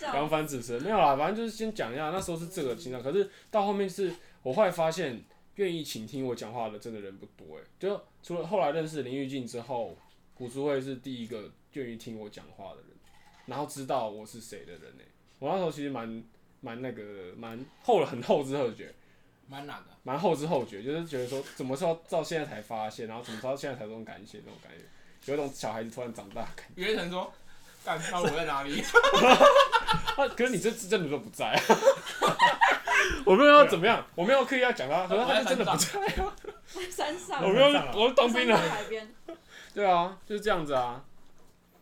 S4: 笑
S1: 刚翻主持人没有啦，反正就是先讲一下，那时候是这个情况，可是到后面是我后来发现，愿意倾听我讲话的真的人不多哎、就除了后来认识林玉静之后，古书慧是第一个愿意听我讲话的人，然后知道我是谁的人哎、我那时候其实蛮蛮那个蛮后了，很后知后觉，
S2: 蛮哪个？
S1: 蛮后知后觉，就是觉得说怎么说到现在才发现，然后怎么到现在才这种感谢那种感觉，有一种小孩子突然长大的 感觉。
S2: 约成说，干，那我在哪里？
S1: 啊，可是你这次真的都不在、啊， 我没有要怎么样，我没有刻意要讲他，可是他就真的不在啊，
S4: 山上
S1: 我，没有，我是当兵
S4: 山上
S1: 的，
S4: 海 边，
S1: 对啊，就是这样子啊，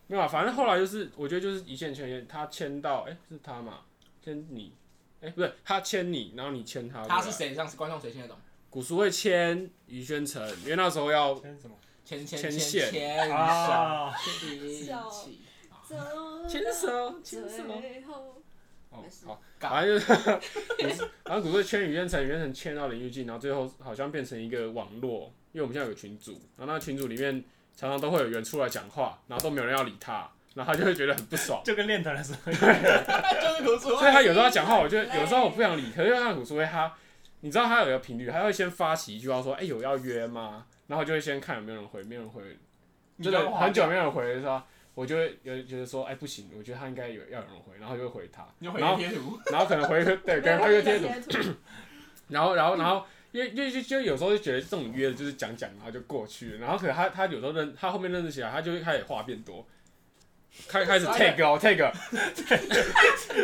S1: 没有啊，反正后来就是，我觉得就是一线牵一线，他牵到，哎、是他嘛，牵你，哎、不对，他牵你，然后你牵他，
S2: 他是？谁？让观众谁听得懂？
S1: 古书会牵于宣成，因为那时候要
S3: 今天什么？
S2: 牵牵
S1: 牵
S2: 牵
S1: 线
S2: 牵手，
S3: 啊，。
S2: 一
S4: 笑
S2: 起。
S4: 走到
S1: 牵手，牵手。
S4: 最后，
S1: 哦
S4: 没事
S1: 好，反正就是， 然后古队圈与渊城，与渊城签到林玉静，然后最后好像变成一个网络，因为我们现在有群组，然后那群组里面常常都会有人出来讲话，然后都没有人要理他，然后他就会觉得很不爽
S3: 就跟练团的时候，
S2: 就是读书
S1: 所以他有时候他讲话，我就有时候我不想理，可是那古树会他，你知道他有一个频率，他会先发起一句话说：“哎、有要约吗？”然后就会先看有没有人回，没有人回，真的很久没有人回的时候，我就会有觉得说：“哎、不行，我觉得他应该有要有人回。”然后就会回他，
S2: 你就回
S1: 然后
S2: 贴图，
S1: 然后可能回个对，可能回个贴图，
S4: 图，
S1: 然后，然后，然后，因为，因为就就有时候就觉得这种约就是讲讲，然后就过去了。然后，可能他他有时候认他后面认识起来，他就会开始话变多，开开始 tag 哦 tag，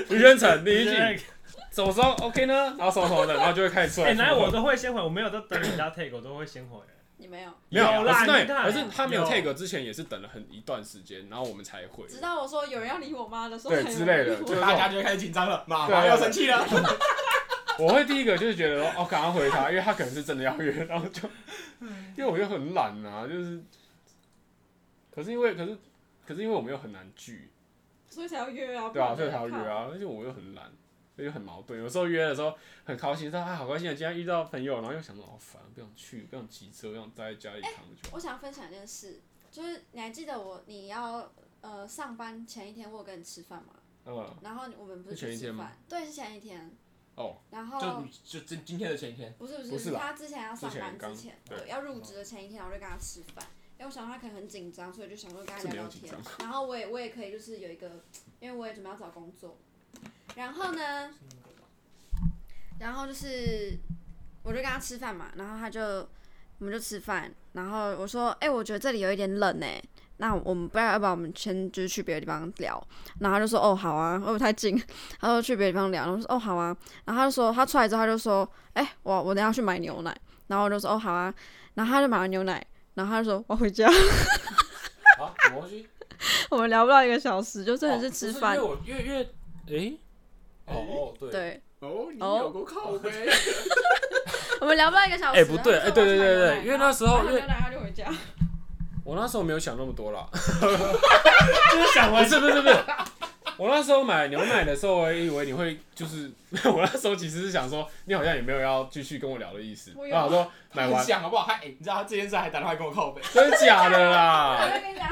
S1: 于宣成第一句
S3: 哎
S1: 什么时 候 OK 呢？然后什么什么的，然后就会开始出来。
S3: 哎，来我都会先回，我没有都等人家 take，我都会先回。
S4: 你没有，
S1: 没有，
S3: 啦
S1: 而是
S3: 你看
S1: 那而是他没有
S3: 有
S1: tag 之前也是等了很一段时间，然后我们才回。
S4: 直到我说有人要理我妈的时候，
S1: 对
S4: 才有
S1: 之类
S4: 人
S1: 的
S4: 理我
S1: 就是
S2: 大家就会开始紧张了，妈
S1: 对啊
S2: 妈要生气了。
S1: 我会第一个就是觉得说，哦，赶快回 他，因为他可能是真的要约，然后就，因为我又很懒啊，就是，可是因为可是可是因为我们又很难聚，
S4: 所以才要约啊，
S1: 对啊，
S4: 不
S1: 所以
S4: 然
S1: 才要约啊，而且我又很懒，所以就很矛盾。有时候约的时候很高兴，说啊好高兴啊，今天遇到朋友，然后又想到好烦，不想去，不想骑车，不想待在家里躺着。
S4: 我想要分享一件事，就是你还记得我你要呃上班前一天我有跟你吃饭吗？
S1: 嗯，
S4: 然后我们不是
S1: 是前
S4: 去
S1: 一天
S4: 吃
S1: 吗
S4: 饭，对，是前一天。
S1: 哦。
S4: 然
S2: 就
S4: 后
S2: 你就今今天的前一天，
S4: 不是不是
S1: 不是啦
S4: 他之前要上
S1: 之前
S4: 班
S1: 刚
S4: 之前，
S1: 对嗯
S4: 对，要入职的前一天，然后就跟他吃饭。因哎为我想到他可能很紧张，所以就想说跟他
S1: 是
S4: 聊
S1: 没有
S4: 聊
S1: 紧
S4: 天。 然后我也我也可以就是有一个，因为我也准备要找工作。然后呢，然后就是我就跟他吃饭嘛，然后他就我们就吃饭，然后我说，哎、我觉得这里有一点冷哎、那我们不要要不然我们先就是去别的地方聊，然后他就说哦好啊，哦太近，他说去别的地方聊，然后我说哦好啊，然后他就说他出来之后他就说，哎、我我等一下去买牛奶，然后我就说哦好啊，然后他就买了牛奶，然后他就说我要回家，
S2: 啊，我要去，
S4: 我们聊不到一个小时，就真的是
S2: 哦
S4: 吃
S2: 不
S4: 饭，
S2: 因为我因为因为
S1: 诶，
S2: 哦哦对，
S4: 对，
S2: 哦你
S4: 哦
S2: 有过靠背，
S4: 我们聊不到一个小时，
S1: 哎不对
S4: 然后
S1: 哎
S4: 他
S1: 对
S4: 说
S1: 对
S4: 我要
S1: 对
S4: 去买牛奶
S1: 对，因为那时候因为
S4: 然后他买牛奶他就回家，
S1: 我那时候没有想那么多啦，
S3: 就是想
S1: 不
S3: 完
S1: 是不是不是，我那时候买牛奶的时候，我也以为你会就是， 我那时候其实是想说，你好像也没有要继续跟我聊的意思。
S4: 我
S1: 我
S4: 有
S1: 想说买
S2: 很
S1: 完
S2: 想好不好？还哎你知道他这件事还打电话跟我靠背，
S1: 真的假的
S4: 我
S1: 啦？
S4: 就跟你讲，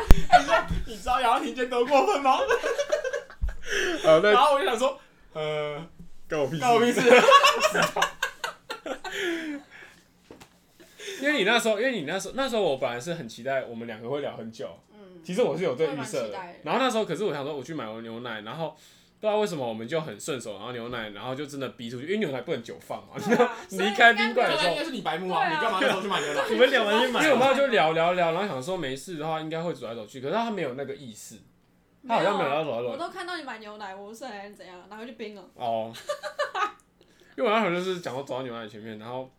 S2: 你知道杨廷坚多过分吗？
S1: 呃，
S2: 然
S1: 那
S2: 后我就想说，呃，
S1: 跟我屁
S2: 关我屁
S1: 事。
S2: 事。
S1: 因为你那时候，因为你那时候，那时候我本来是很期待我们两个会聊很久，
S4: 嗯，
S1: 其实我是有这个预
S4: 我
S1: 设
S4: 也蛮期
S1: 的
S4: 待的。
S1: 然后那时候，可是我想说，我去买完牛奶，然后不知道为什么我们就很顺手，然后牛奶，然后就真的逼出去，因为牛奶不能久放 嘛。
S4: 对啊所 以
S1: 离开
S4: 应该
S1: 宾馆
S2: 那
S1: 的时
S4: 没有
S1: 候
S2: 应该是你白目
S4: 对
S2: 啊，
S4: 啊
S2: 你干嘛那时候去买牛奶？
S3: 我们聊完就买啊
S1: 因为我
S3: 了。
S1: 妈就聊聊聊，然后想说没事的话应该会走来走去，可是她没有那个意识，她好像没有要走来
S4: 我
S1: 走去。
S4: 都看到你买牛奶，我不是还是怎样，拿回去冰了。
S1: 哦， 因为我那时候就是讲说走到牛奶前面，然后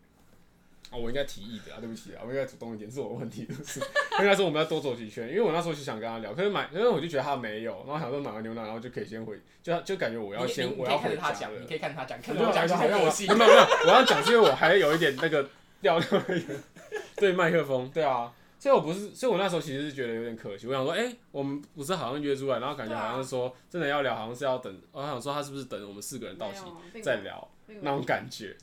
S1: 哦我应该提议的啊，对不起啊，我应该主动一点，是我的问题，就是 应该说我们要多走几圈，因为我那时候就想跟她聊，可是买，因为我就觉得她没有，然后想说买完牛奶，然后就可以先回，就就感觉 我
S2: 我
S1: 要先我要回家了
S2: 你，可以看着他讲，看
S1: 我
S2: 着
S1: 就
S2: 我讲，就
S1: 好像
S2: 是我
S1: 我
S2: 戏
S1: 没有。没有，我要讲是因为我还有一点那个调调，对麦克风，对啊，所以我不是，所以我那时候其实是觉得有点可惜。我想说，哎、我们不是好像约出来，然后感觉
S4: 对啊
S1: 好像是说真的要聊，好像是要等，我想说他是不是等我们四个人到齐
S4: 没有啊
S1: 再。聊
S4: 并没
S1: 那
S4: 有
S1: 种感觉。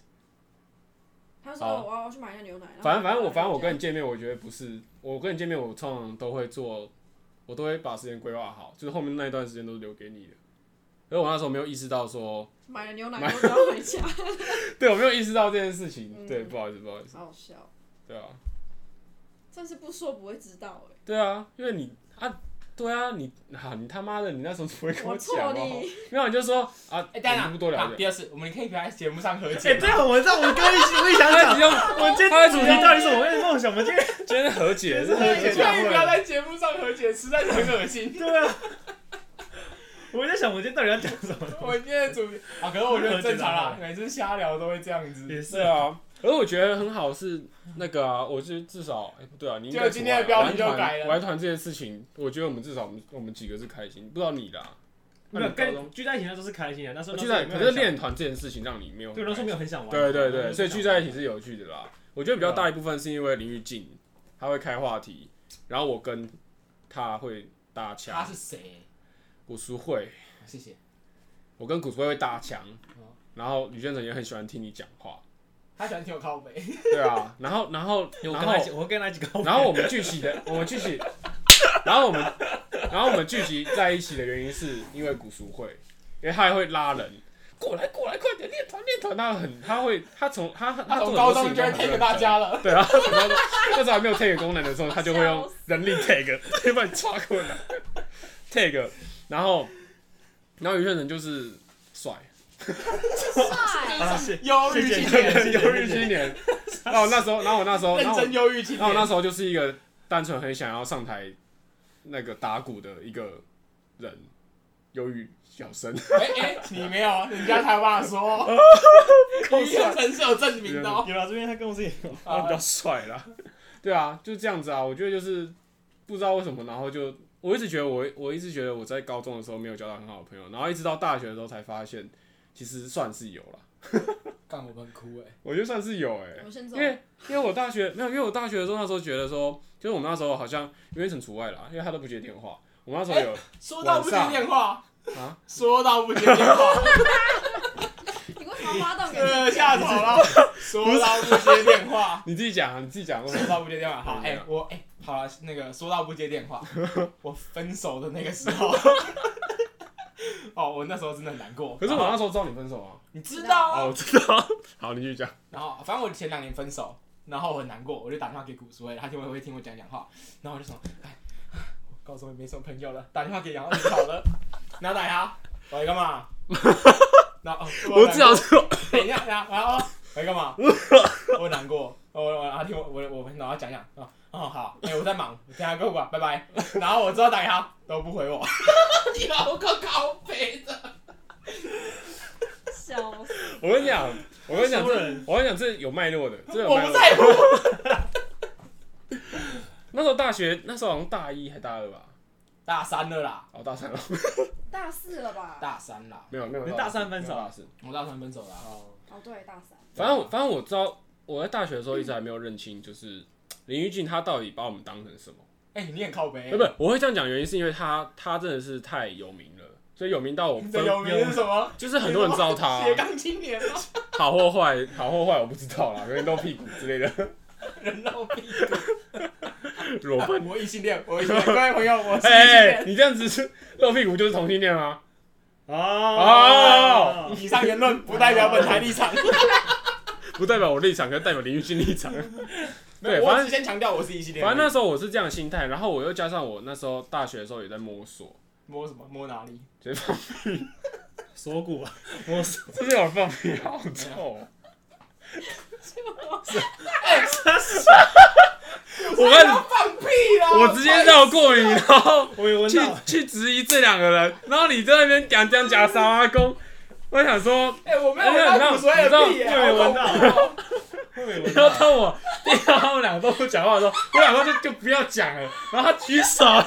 S4: 他说
S1: 好
S4: 我要我要去买一下牛奶。
S1: 反正反正我反正我跟你见面，我觉得不是，我跟你见面，我通常都会做，我都会把时间规划好，就是后面那一段时间都是留给你的。而我那时候没有意识到说，
S4: 买了牛奶，
S1: 买
S4: 我就要回家，
S1: 对我没有意识到这件事情，
S4: 嗯
S1: 对，不好意思，不好意思，
S4: 好笑。
S1: 对啊。
S4: 真是不说不会知道哎、
S1: 对啊，因为你啊，对啊，你啊，你他妈的，你那时候怎么会跟
S4: 我
S1: 讲啊
S4: 错？ 你，
S1: 没有，你就说啊，
S2: 哎，当
S1: 我
S2: 然
S1: 们不多聊一
S2: 第
S1: 点。
S2: 二次，我们可以不要在节目上和
S3: 哎，
S2: 解。
S3: 对
S1: 哦
S3: 啊，我知道，我刚刚一起我也想
S1: 他一
S3: 讲
S1: 直，用
S3: 我今天的主题到底是我的梦想？我们今天
S1: 今天和解，是
S2: 我
S1: 和
S2: 们可
S1: 解
S2: 以
S1: 大
S2: 不要
S1: 会。
S2: 在节目上和解，实在是很恶心。
S3: 对啊，我在想我今天到底要讲什么。
S2: 我们今天的主题啊，可是我觉得很正常啦，每次瞎聊都会这样子。
S3: 也是
S1: 对啊，而我觉得很好是那个啊，我就至少哎不对啊，你应该
S2: 就今天的标题就
S1: 玩团
S2: 改了
S1: 玩团这件事情，我觉得我们至少我们我们几个是开心，不知道你啦。
S3: 没
S1: 那
S3: 有
S1: 你高中哦
S3: 跟聚在一起那都是开心的，那时候
S1: 聚
S3: 那时候
S1: 在
S3: 也没有
S1: 可是
S3: 很想
S1: 练团这件事情让你没有
S3: 对那时候没有很想玩。
S1: 对对
S3: 那时候
S1: 对，
S3: 就
S1: 所以
S3: 想
S1: 聚在一起啊是有趣的啦。我觉得比较大一部分是因为林玉静，他会开话题，然后我跟他会搭
S2: 他
S1: 腔
S2: 是，谁？
S1: 古书慧，
S2: 谢谢。
S1: 我跟古书慧会搭腔
S2: 哦，
S1: 然后吕建成也很喜欢听你讲话，
S2: 他喜欢听我靠背，
S1: 对啊，然后然 后然
S3: 我跟他一起，
S1: 后
S3: 我跟他一起高。
S1: 然后 我们聚集的，我们聚集，然后我们然后我们聚集在一起的原因是因为古书慧，因为他还会拉人。过来，过来，快点练团，练团！他很，他会，他从他他
S2: 他
S1: 做
S2: 从
S1: 很
S2: 高
S1: 多
S2: 中
S1: 事情
S2: 就
S1: 都
S2: 会
S1: 很认
S2: take
S1: 真
S2: 大家了。
S1: 对啊，那时候还没有 tag 功能的时候，他就会用人力 tag 直接把你抓过来 tag，然后然后有些人就是帅，
S4: 帅，
S3: 啊，谢
S2: 忧郁
S3: 谢
S2: 青
S3: 谢
S2: 年，
S3: 谢
S1: 忧郁青年。然后我那时候，然后哦我那时候，然
S2: 认
S1: 后我
S2: 真忧郁青
S1: 然后我那
S2: 年。
S1: 时候就是一个单纯很想要上台那个打鼓的一个人，忧郁小生，
S2: 哎哎，你没有，人家台湾 说，
S1: 啊
S2: 你有城市有证明的哦。
S3: 有啊，这边他跟我是一样，
S1: 他比较帅啦。 对啊，就这样子啊。我觉得就是不知道为什么，然后就我一直觉得我我一直觉得我在高中的时候没有交到很好的朋友，然后一直到大学的时候才发现，其实算是有啦。
S2: 干我们哭哎、
S1: 我觉得算是有哎、
S4: 我们先走
S1: 因。为因为我大学没有，因为我大学的时候那时候觉得说，就是我们那时候好像因为很除外啦，因为他都不接电话。我们那时 候有、
S2: 说到不接电话
S1: 啊，
S2: 说到不接电 话，
S4: 你为什么要挖洞给
S2: 呃，
S4: 你？
S2: 吓死我了。说到不接电 话，
S1: 你自己讲啊，你自己讲，我
S2: 说到不接电话，好，
S1: 嗯
S2: 哎、我哎、好了，那个说到不接 电话，我分手的那个时候，哦，我那时候真的很难过。
S1: 可是我那时候知道你分手啊。
S2: 你知道啊
S1: 哦，我知道。好，你继续讲。
S2: 然后反正我前两年分手，然后我很难过，我就打电话给古苏威，他就会听我讲讲话，然后我就说，哎，我高中也没什么朋友了，打电话给杨浩就好了，然后打给他，喂干嘛？然后、哦、
S1: 我
S2: 很
S1: 只
S2: 难
S1: 想
S2: 过
S1: 说，
S2: 等一下，然后然后喂干嘛？我很难过，我我然后听我我我然后讲讲啊。哦好，哎、我在忙，我等一下跟我吧，拜拜。然后我之后打给他，都不回我，你老个高飞的。
S4: 笑死！
S1: 我跟你讲，我跟你讲，
S3: 熟
S1: 这
S3: 人
S1: 我跟你讲，这有脉络的，这有
S2: 我
S1: 脉
S2: 不
S1: 络的。
S2: 在乎。
S1: 那时候大学，那时候好像大一还大二吧，
S2: 大三了啦，
S1: 哦，大三了，
S4: 大四了吧？
S2: 大三啦，
S1: 没有没有，
S3: 你大三分手
S1: 没有大四。
S2: 我大三分手啦。
S1: 哦，
S4: 哦，对，大三。
S2: 啊
S1: 反正我反正我知道，我在大学的时候一直还没有认清，就是林玉静她到底把我们当成什么。
S2: 哎、你很靠北、
S1: 不不，我会这样讲，原因是因为她她真的是太有名了，所以有名到我
S2: 你
S1: 分
S2: 的有名是什么？
S1: 就是很多人知道她、
S2: 斜杠青年啊吗？
S1: 好或坏，好或坏我不知道啦，有点露屁股之类的，
S2: 人肉屁股。
S1: 裸 奔。
S2: 我异性恋，我异 性恋，各位朋友，我是异性
S1: 哎、
S2: 恋。
S1: 你这样子是露屁股就是同性恋啊吗？
S3: 哦，
S2: 以上言论不代表本台立 场。
S1: 不代表我立场，可是代表林玉信立场。
S2: 没有
S1: 对反正
S2: 我只先强调我是异性恋。
S1: 反正那时候我是这样的心态，然后我又加上我那时候大学的时候也在摸索，
S2: 摸什么？摸哪里？
S1: 觉得放
S3: 锁骨啊，我 锁
S1: 这是有放屁，好臭哦、我
S2: 哎不要
S1: 们
S2: 放屁啦！
S1: 我直接绕过你，然 后
S3: 我有闻
S1: 去
S3: 到，
S1: 去质疑这两个人，然后你在那边讲讲假沙阿公，我想说
S2: 哎、我没有
S1: 哎
S2: 闻到
S1: 你
S2: 骨
S1: 知道
S2: 髓的屁啊耶、
S1: 你知
S3: 道我有闻
S2: 好
S3: 到
S2: 恐怖哦
S3: 我有
S1: 你
S3: 闻
S1: 要
S3: 到，
S1: 当我 听到他们两个都不讲话的时候，我两个就就不要讲了，然后他举手，
S4: 大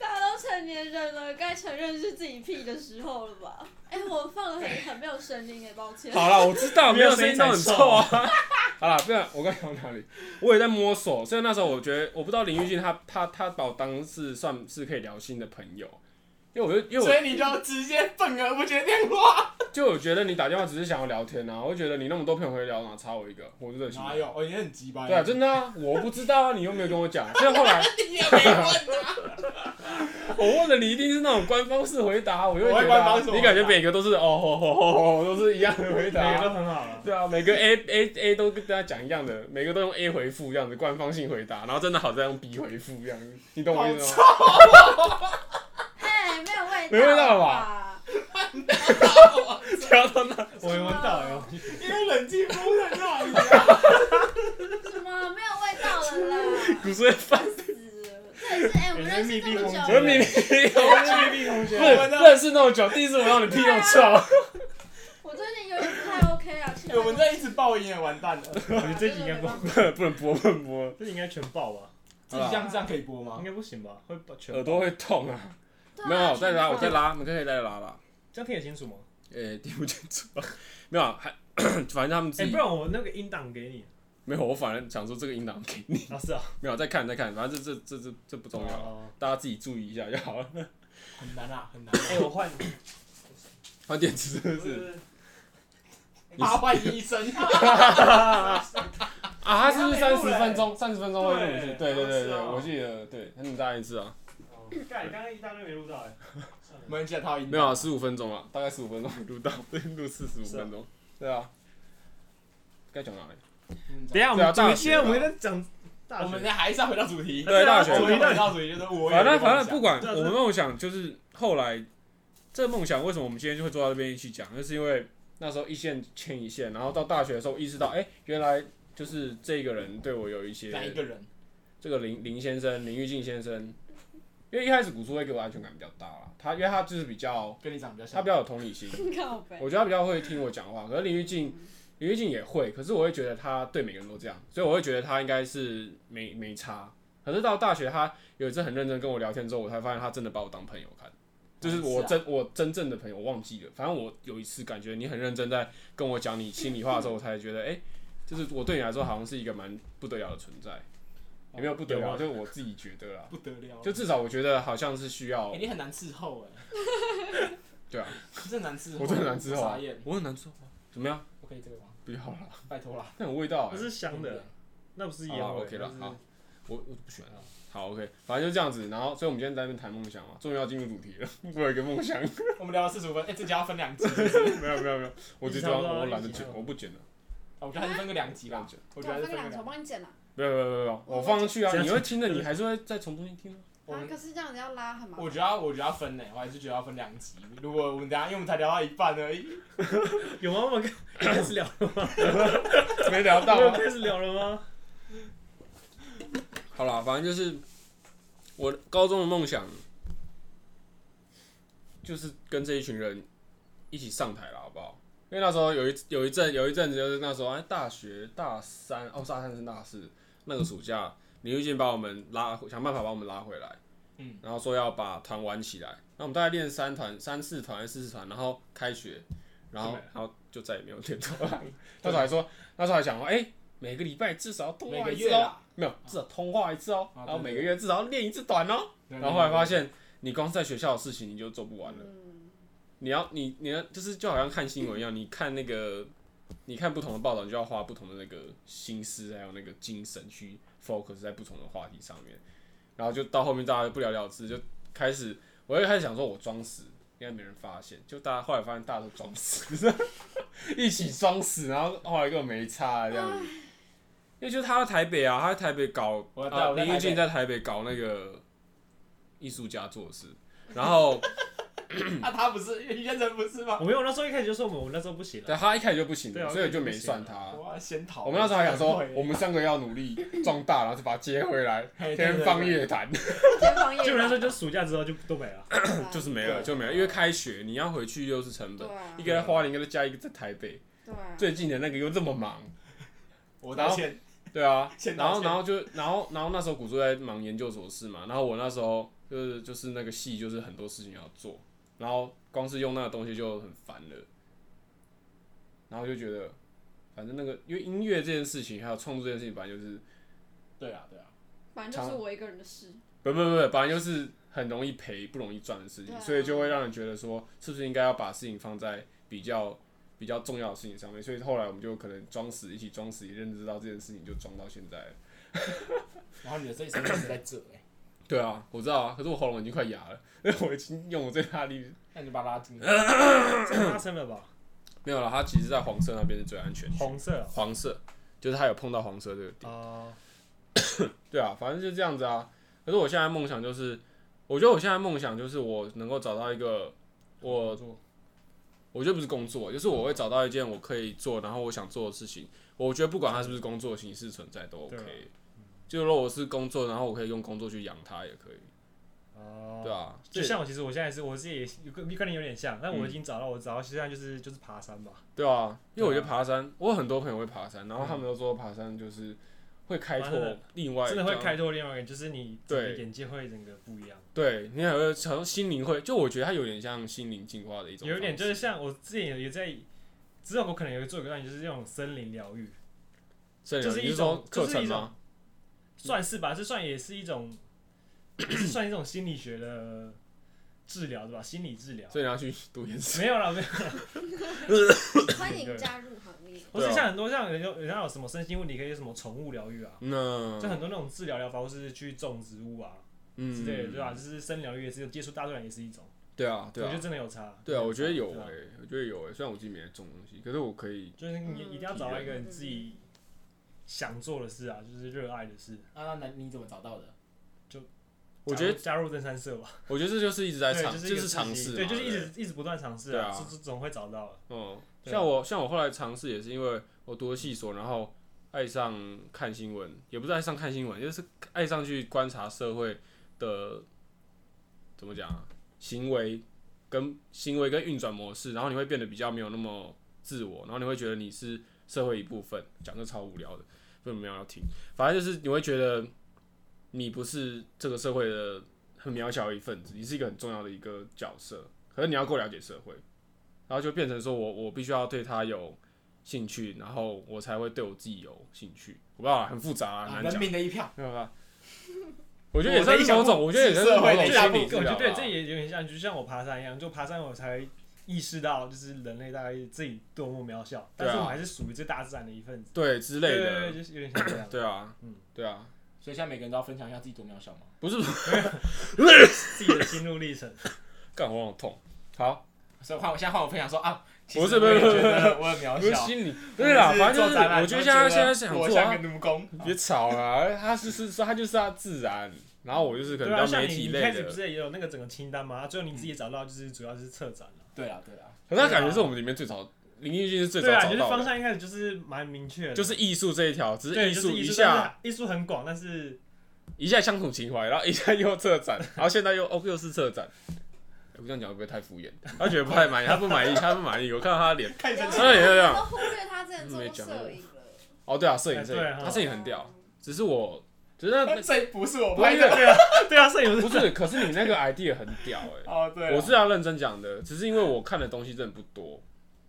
S4: 家都成年人了，该承认是自己屁的时候了吧？ 哎、我放的很很没有声音哎，抱 歉。
S1: 好了，我知道没有声
S3: 没有声音
S1: 音
S3: 才
S1: 都很臭啊。 好了，不然我刚讲到哪里？我也在摸索，所以那时候我觉得我不知道林玉信他他他把我当是算是可以聊心的朋友，因为我就因
S2: 所
S1: 为
S2: 以你就直接愤而不接电话。
S1: 我就我觉得你打电话只是想要聊天啊，我就觉得你那么多朋友可以聊，哪差我一个，我就热心。
S2: 有？哦，你很鸡巴
S1: 对啊，真的啊，我不知道啊，你又没有跟我讲，所以后来
S2: 你也没问啊。
S1: 我问的你一定是那种官方式回答，我就会
S2: 我会
S1: 觉得
S2: 官
S1: 啊
S2: 方式
S1: 你感觉每个都是哦吼吼吼吼，都是一样的回答
S3: 每
S1: 啊、
S3: 个哎都很好了。
S1: 对啊，每个 A A A 都跟大家讲一样的，每个都用 A 回复这样子，官方性回答，然后真的好再用 B 回复这样子，你懂我意思吗？
S4: 哎、没有味道，
S1: 没味道
S4: 吧？
S1: 聊到那，
S3: 我有闻到有闻到
S2: 因为冷气风很大， 你知道吗
S4: 什么没有味道了 啦？
S1: 古时 饭，
S4: 死了！这也是哎、我们认识这么久
S1: 我
S4: 了，
S1: 明明
S3: 我是秘密同学
S1: 不是认识那么久，第一次闻到你屁股臭，
S4: 我最近有点不太 OK 啊。气氛
S2: 哎我们在一直爆音也完 蛋了。
S3: 我觉得这集应该 不，
S1: 不能播，不能播，
S3: 这集应该全爆吧？
S2: 这这样这样可以播吗
S3: 应？该不行吧？会爆全
S1: 啊
S3: 爆
S1: 耳朵会痛啊！
S4: 对啊
S1: 没有，我再拉，我再
S4: 全部
S1: 拉，你们可以再拉啦。
S3: 这样听得清楚吗？
S1: 诶，听不清楚，没有啊，还反正他们自
S3: 哎，
S1: 己
S3: 不然我那个音档给你
S1: 没有，我反正想说这个音档给你，
S3: 啊，是啊，
S1: 没有再看再看，反正这这这这这不重要，
S3: 哦。
S1: 大家自己注意一下就好了。
S2: 很难啊，很难。
S3: 哎，我换，
S1: 换电池是不是？
S2: 他换医 生，
S1: 啊，他是不是
S3: 他
S1: 三
S3: 没录
S1: 十
S3: 嘞
S1: 分钟？三十分钟会录一次？对
S3: 对
S1: 对对
S3: 是
S1: 对，
S3: 哦
S1: 我记得，对，很大一次啊，
S3: 哦干，刚刚一大堆没录到哎，算了
S2: 没人接他音。
S1: 没有啊，十五分钟啊，大概十五分钟录到， 对，录四十五
S3: 是啊
S1: 分钟，对啊。该讲哪里？
S2: 嗯
S3: 等一下我
S1: 对
S3: 们
S1: 啊
S3: 主
S1: 大
S3: 题，
S1: 学
S3: 现在我们
S1: 吧
S3: 在讲大
S2: 我
S3: 学
S2: 们，还是要回到主题。
S1: 对大学
S2: 我
S3: 主
S2: 们
S3: 题
S2: 回
S3: 到
S2: 到主题就是我有一
S1: 反
S2: 个梦想。
S1: 正反正不管
S3: 对啊
S1: 我
S3: 这
S1: 们梦想，就是后来这个梦想为什么我们今天就会坐到这边一起讲，就是因为那时候一线牵一线，然后到大学的时候意识到，哎，原来就是这个人对我有一些
S2: 哪一个人？
S1: 这个林林先生，林玉静先生，因为一开始古树会给我安全感比较大啦，他因为他就是比较
S2: 跟你长得比较像
S1: 他比。较有同理心。
S4: 靠北
S1: 我觉得他比较会听我讲话，可是林玉静李玉静也会，可是我会觉得他对每个人都这样，所以我会觉得他应该是没没差。可是到大学，他有一次很认真跟我聊天之后，我才发现他真的把我当朋友看，就是
S2: 哦
S1: 我真、我真正的朋友，我忘记了。反正我有一次感觉你很认真在跟我讲你心里话的时候，我才觉得，哎、就是我对你来说好像是一个蛮不得了的存在，有没有不得
S3: 有
S1: 了？
S3: 啊
S1: 就是我自己觉得
S2: 啊
S1: 啦，
S3: 不得了，
S1: 就至少我觉得好像是需要
S2: 欸，你很难伺候哎，
S1: 对啊，
S2: 你真的难伺候，
S1: 我真的难伺候
S2: 傻
S1: 啊
S2: 眼，
S1: 我很难做啊，怎么样？
S2: 我可以这个吗？
S1: 不要啦，
S2: 拜托啦，
S1: 那有味道、
S3: 那
S1: 欸，
S3: 是香的，那不是烟味。
S1: 好啦，OK 嗯啦
S3: 那是
S1: 好我我不喜欢。好，OK，反正就这样子。然后，所以我们今天在那边谈梦想嘛，终于要进入主题了。 我有一个梦想，
S2: 我们聊了四十五分，哎，这集要分 两集，
S1: 没有没有没有，我就装，我懒得剪，我不剪了，
S2: 我觉得还是分个两集
S1: 不
S2: 啦
S1: 要，剪。
S2: 我觉得还
S4: 对啊
S2: 是
S4: 分
S2: 分
S4: 两
S2: 个两
S4: 集，我
S2: 集，
S4: 帮你剪了。
S1: 没有没有没有没有，我放上去啊，
S3: 这样
S1: 你会听的，你还是会再从中间听啊。
S2: 我
S4: 啊，
S2: 们
S4: 可是这样子要拉很麻
S2: 我
S4: 烦。
S2: 觉得要我觉得要分呢，我还是觉得要分两集。如果我们等一下，因为我们才聊到一半而已，
S3: 有吗？我们刚开始聊了吗？
S1: 没聊
S3: 我
S1: 到
S3: 们
S1: 啊。
S3: 开始聊了吗？
S1: 好啦，反正就是我高中的梦想，就是跟这一群人一起上台了，好不好？因为那时候有一有一阵有一阵子，就是那时候哎，大学大三哦，大三升大四那个暑假，李玉静把我们拉，想办法把我们拉回来，
S2: 嗯，
S1: 然后说要把团玩起来。那我们大概练三团、三四团、四四团，然后开学，然后
S3: 就没了
S1: 然后就再也没有练 团。那时候还说，那时候还想说，哎、每个礼拜至少要
S4: 啊
S1: 通
S2: 每
S1: 话
S2: 个
S1: 一次
S2: 月
S1: 哦，
S2: 啦，
S1: 没有，至少通话一次哦，
S2: 啊
S1: 然后
S2: 对对
S1: 每个月至少要练一次短哦。然后后来发现，你光在学校的事情你就做不完了。
S4: 嗯，
S1: 你要你你要就是就好像看新闻一样，你看那个你看不同的报道，你就要花不同的那个心思还有那个精神去 focus 在不同的话题上面，然后就到后面大家不了了之，就开始我一开始想说我装死，应该没人发现，就大家后来发现大家都装死， 一起装死，然后后来根本没差这样子。因为就是他在台北啊，他在台北搞，
S2: 我在
S1: 啊，
S2: 我在
S1: 林
S2: 台
S1: 玉
S2: 北
S1: 静在台北搞那个艺术家做事，然后
S2: 啊，他不是于先生不是吗？
S3: 我没有，那时候一开始就说我们，我那时候不行了。
S1: 对他一开始就不行
S3: 对啊
S1: 了，所以就没算他。
S2: 我要先逃。
S1: 啊我们那时候还想说
S2: 对，
S1: 我们三个要努力壮大，然后就把它接回来，
S2: 嘿对对
S1: 天方夜谭，
S4: 天方夜
S3: 基本上
S4: 谭
S3: 就暑假之后就都没 了。
S4: 啊
S1: 就是没了，
S2: 对
S1: 就没了。因为开学你要回去又是成
S4: 对
S1: 本，
S4: 啊
S1: 一，个在花莲，一个在嘉义，一个在台北，
S4: 对啊，
S1: 最近的那个又这么忙，
S2: 我道歉，
S1: 对啊
S2: 先。道
S1: 然后
S2: 歉
S1: 然后就然后然后那时候古珠在忙研究所事嘛，然后我那时候就是就是那个系就是很多事情要做，然后光是用那个东西就很烦了，然后就觉得。反正那个，因为音乐这件事情，还有创作这件事情，本来就是
S2: 对啊对啊，
S4: 反正就是我一个人的事。
S1: 不不不，本来就是很容易赔、不容易赚的事情，
S4: 对啊
S1: 所以就会让人觉得说，是不是应该要把事情放在比较比较重要的事情上面？所以后来我们就可能装死，一起装死，也认知到这件事情，就装到现在了。
S2: 然后你的这一生就是在这哎，
S1: 对啊，我知道啊，可是我喉咙已经快哑了， 因为我已经用我最大力。
S2: 那你就把他拉进啊来。
S3: 这发生了吧？
S1: 没有了，它其实在黄色那边是最安全的。
S3: 红色
S1: 黄色就是它有碰到黄色这个点。
S3: 哦，
S1: 对啊，反正就这样子啊。可是我现在梦想就是，我觉得我现在梦想就是我能够找到一个我我觉得不是工作，就是我会找到一件我可以做，然后我想做的事情。我觉得不管它是不是工作形式存在都
S3: 对啊
S1: OK。就如果我是工作，然后我可以用工作去养它也可以，
S3: 哦
S1: 对啊。这
S3: 就像我，其实我现在也是，我自己也有跟跟你有点像，但
S1: 嗯
S3: 我已经找到我找到，现在就是就是爬山吧。
S1: 对啊，因为我觉得
S3: 对啊
S1: 爬山，我有很多朋友会爬山，然后他们都说爬山就是会开
S3: 啊
S1: 拓
S3: 真的
S1: 另外，
S3: 真的会开拓另外一个，就是你整个
S1: 对
S3: 眼界会整个不一样，
S1: 对你还会从心灵会，就我觉得它有点像心灵进化的一种方式，
S3: 有一点就是像我之前有也在，之后我可能也会做一个段，就是那种森林疗
S1: 嗯
S3: 愈，
S1: 甚至
S3: 就是
S1: 你
S3: 一
S1: 是说
S3: 种就
S1: 课
S3: 是
S1: 程
S3: 一种
S1: 吗？
S3: 算是吧，这算也是一种， 也是算一种心理学的治疗对吧？心理治疗
S1: 所以你啊要去读研
S3: 没有啦，没有啦，
S4: 欢迎加入行列。
S3: 或是像很多像人家人家有什么身心问题，可以有什么宠物疗愈啊，
S1: 那
S3: 就很多那种治疗疗法，或是去种植物啊
S1: 嗯
S3: 之类的，对吧？就是森林疗愈也是接触大自然也是一种，
S1: 对啊，
S3: 我
S1: 对
S3: 觉得
S1: 啊，
S3: 真的有差。
S1: 对啊，我觉得有
S3: 对啊
S1: 哎、我觉得有哎、虽然我自己没在种东西，可是我可以，
S3: 就是你
S4: 嗯
S3: 一定要找到一个你自己想做的事啊，就是热爱的事。
S2: 啊，那你怎么找到的？
S1: 我觉得，
S3: 加入加入登山社吧，
S1: 我觉得这就是一直在
S3: 对
S1: 尝，
S3: 就是一
S1: 就
S3: 个
S1: 是尝试嘛，
S3: 对，就是一
S1: 不
S3: 直一直不断尝试
S1: 对啊
S3: 这这总会找到的。
S1: 嗯，
S3: 对啊
S1: 像我像我后来尝试也是因为我读了系所，然后爱上看新闻，也不是爱上看新闻，就是爱上去观察社会的怎么讲啊，行为跟行为跟运转模式，然后你会变得比较没有那么自我，然后你会觉得你是社会一部分，讲的超无聊的，所以没有人要听。反正就是你会觉得你不是这个社会的很渺小的一份子，你是一个很重要的一个角色，可是你要够了解社会，然后就变成说我我必须要对他有兴趣，然后我才会对我自己有兴趣。我不知道啊，很复杂啊，
S2: 啊
S1: 很难
S2: 人
S1: 讲。
S2: 民的一票，
S1: 没有 吧？我觉得也算是某种，我觉得也算是
S2: 社
S1: 某
S2: 会
S1: 种
S2: 的一
S1: 心
S2: 部
S1: 理
S2: 分
S1: 治
S3: 我
S1: 疗啊吧
S3: 觉得对，这也有点像，就像我爬山一样，就爬山我才会意识到，就是人类大概自己多么渺小，但是
S1: 对啊
S3: 我还是属于这大自然的一份子
S1: 对之类
S3: 对对对，
S1: 的，
S3: 就是有点像这样，
S1: 对啊
S3: 嗯，
S1: 对啊，
S2: 所以现在每个人都要分享一下自己多渺小嘛。
S1: 不是
S3: 自己的心路历程。
S1: 干我好痛，好，
S2: 所以换我现在换我分享说啊，其
S1: 不
S2: 实
S1: 是
S2: 我也
S1: 不
S2: 觉
S1: 是
S2: 得我很渺
S1: 不是
S2: 小。
S1: 心理，对啦，
S2: 我
S1: 反
S2: 们
S1: 正
S2: 是
S1: 就
S2: 做
S1: 是
S2: 展览
S1: 我觉得
S2: 我
S1: 现在现在是
S2: 我
S1: 想做
S2: 像个
S1: 啊，
S2: 奴工，
S1: 别吵啦，他是是他就是他自然，然后我就是可
S3: 对
S1: 能
S3: 啊，
S1: 比较
S3: 像
S1: 媒
S3: 你你
S1: 体
S3: 一
S1: 类
S3: 开始不
S1: 的，
S3: 是也有那个整个清单吗？啊最后你自己也找到，就是主要是策展了。
S2: 对啊对啊，
S1: 可是他感觉是我们里面最早林奕迅是最
S3: 对
S1: 早
S3: 啊，
S1: 找
S3: 就是
S1: 到
S3: 方
S1: 的，
S3: 向一开始就是蛮明确的，
S1: 就是艺术这一条，只
S3: 对，
S1: 艺
S3: 就是
S1: 术
S3: 艺
S1: 一
S3: 术
S1: 下
S3: 但是艺术很广，但 是
S1: 一下乡土情怀，然后一下又策展，然后现在又哦又是策展。哎我这样讲会不会太敷衍？他觉得不太满意，他不满意，他不满意。我看到他的脸，
S2: 看
S4: 然
S2: 生
S4: 后
S2: 气。
S1: 哎呀呀
S4: 都忽略他之前做过摄影了，
S1: 哦，对啊，摄影摄
S3: 哎对
S1: 影，
S3: 哈
S1: 他摄影很屌，只是我，只是那 那
S2: 这不是我
S1: 不
S2: 拍
S1: 是
S2: 的
S3: 对啊，对啊，摄影
S1: 不是，可是你那个 idea 很屌哎、
S2: 哦，对啊，
S1: 我是要认真讲的，只是因为我看的东西真的不多，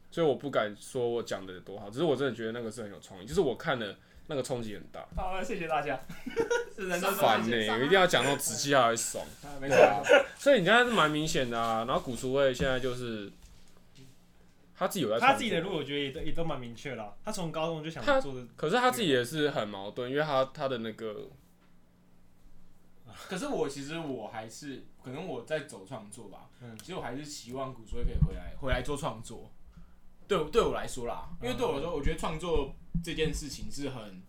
S1: 所以我不敢说我讲的多好，只是我真的觉得那个是很有创意，就是我看了那个冲击很大，
S2: 好了，谢谢大 家。是人都是
S1: 烦
S2: 自
S1: 呢、
S2: 己
S4: 爽啊
S1: 我一定要讲到直气还会爽，
S2: 啊没错啊，
S1: 所以你现在是蛮明显的啊，然后古书卫现在就是他自己有在
S3: 他
S1: 创
S3: 自己的
S1: 作。
S3: 路，我觉得也都也都蛮明确了。他从高中就想
S1: 他
S3: 做的，
S1: 可是他自己也是很矛盾，因为他他的那个
S2: 可是我其实我还是可能我在走创作吧，
S3: 嗯
S2: 其实我还是期望古所以可以回来回来做创作。对对我来说啦，
S1: 嗯
S2: 因为对我来说，我觉得创作这件事情是很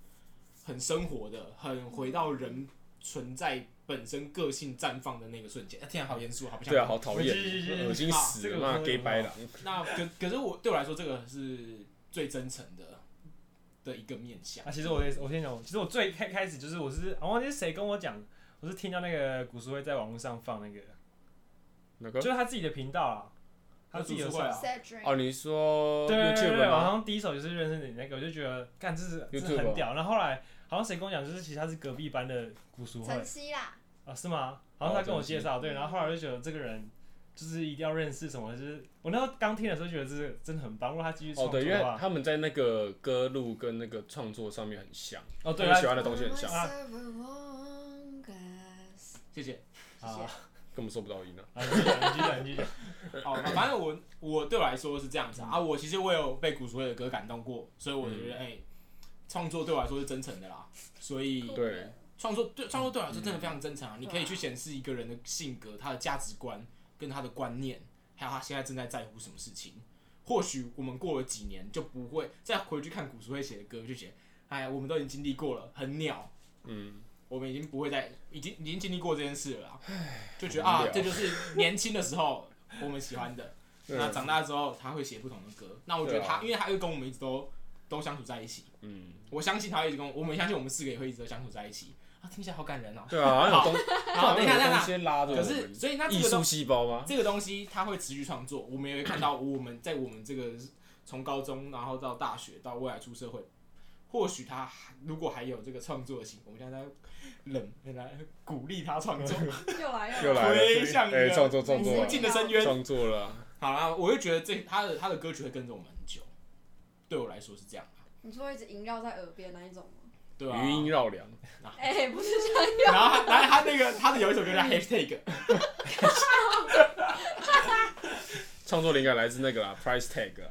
S2: 很生活的，很回到人存在本身个性绽放的那个瞬间。啊天啊，好严肃，好不像
S1: 对啊，好讨厌
S3: 我记记记，
S1: 恶心死了，那
S3: 好这个我
S1: gay 白狼。
S2: 那可可是我对我来说，这个是最真诚的的一个面向。
S3: 啊，其实我也是我先讲，其实我最开开始就是我是我忘记是谁跟我讲，我是听到那个古书会在网络上放那个，
S1: 那个
S3: 就是他自己的频道啊，他自己有
S2: 古书会啊
S3: 上。
S4: Cedric，
S1: 哦，你说
S3: 对对对对
S1: YouTube
S3: 对，我
S1: 吗？
S3: 好像第一首就是认识你那个，我就觉得干这是这是
S1: YouTube 啊
S3: 很屌。然后后来好像谁跟我讲，就是其实他是隔壁班的古书会
S4: 晨曦啦，
S3: 啊，是吗？好像
S1: 哦
S3: 他跟我
S1: 真是
S3: 介绍，对，然后后来我就觉得这个人就是一定要认识什么，就是我那时候刚听的时候觉得这个真的很棒，如果他继续创
S1: 哦，
S3: 作
S1: 对，因为
S3: 的话，
S1: 他们在那个歌路跟那个创作上面很像，
S3: 哦对，
S1: 他们
S3: 他
S1: 喜欢的东西很像，
S3: 啊
S2: 谢谢。
S3: 啊
S1: 根本收不到音啊。
S3: 啊，你继续讲你继续讲，你 继续讲。
S2: 好，反正我我对我来说是这样子啊，啊我其实我有被古所谓的歌感动过，所以我觉得哎，创、作对我来说是真诚的啦，所以
S1: 对，
S2: 创作对创作对我来说真的非常真诚啊，你可以去显示一个人的性格、他的价值观跟他的观念，还有他现在正在在乎什么事情。或许我们过了几年就不会再回去看古书会写的歌，就写，哎，我们都已经经历过了，很鸟，
S1: 嗯，
S2: 我们已经不会再，已经已经经历过这件事了啦，就觉得
S1: 好无
S2: 啊
S1: 聊，
S2: 这就是年轻的时候我们喜欢的， 那长大之后，他会写不同的歌。那我觉得
S1: 对
S2: 他，
S1: 啊
S2: 因为他又跟我们一直都都相处在一起，
S1: 嗯，
S2: 我相信他会一直跟我，我们相信我们四个也会一直都相处在一起。啊，听起来好感人哦。
S1: 对啊，好像有东，
S2: 好，等一下，等一下，
S1: 先拉着
S2: 可
S1: 我们
S2: 是，所以那这
S1: 艺
S2: 个
S1: 呃术
S2: 东
S1: 细胞吗？
S2: 这个东西，他会持续创作，我们也会看到我们在我们这个从高中，然后到大学，到未来出社会，或许他还如果还有这个创作性，我们现在在冷来鼓励他创 作，
S4: 又来
S1: 又来了，
S2: 推向一
S1: 哎，
S2: 个
S1: 创作创作
S2: 无
S1: 啊，
S2: 尽的深渊。
S1: 创作了啊，
S2: 好啦，我就觉得这他的他的歌曲会跟着我们很久，对我来说是这样啊。
S4: 你说一直萦绕在耳边那一种吗？
S2: 对啊，
S1: 余音绕梁，
S4: 哎、不是这样，
S2: 然后他，然后他那个他的有一首歌叫 Hashtag，
S1: 创作灵感来自那个啦，Price Tag 啊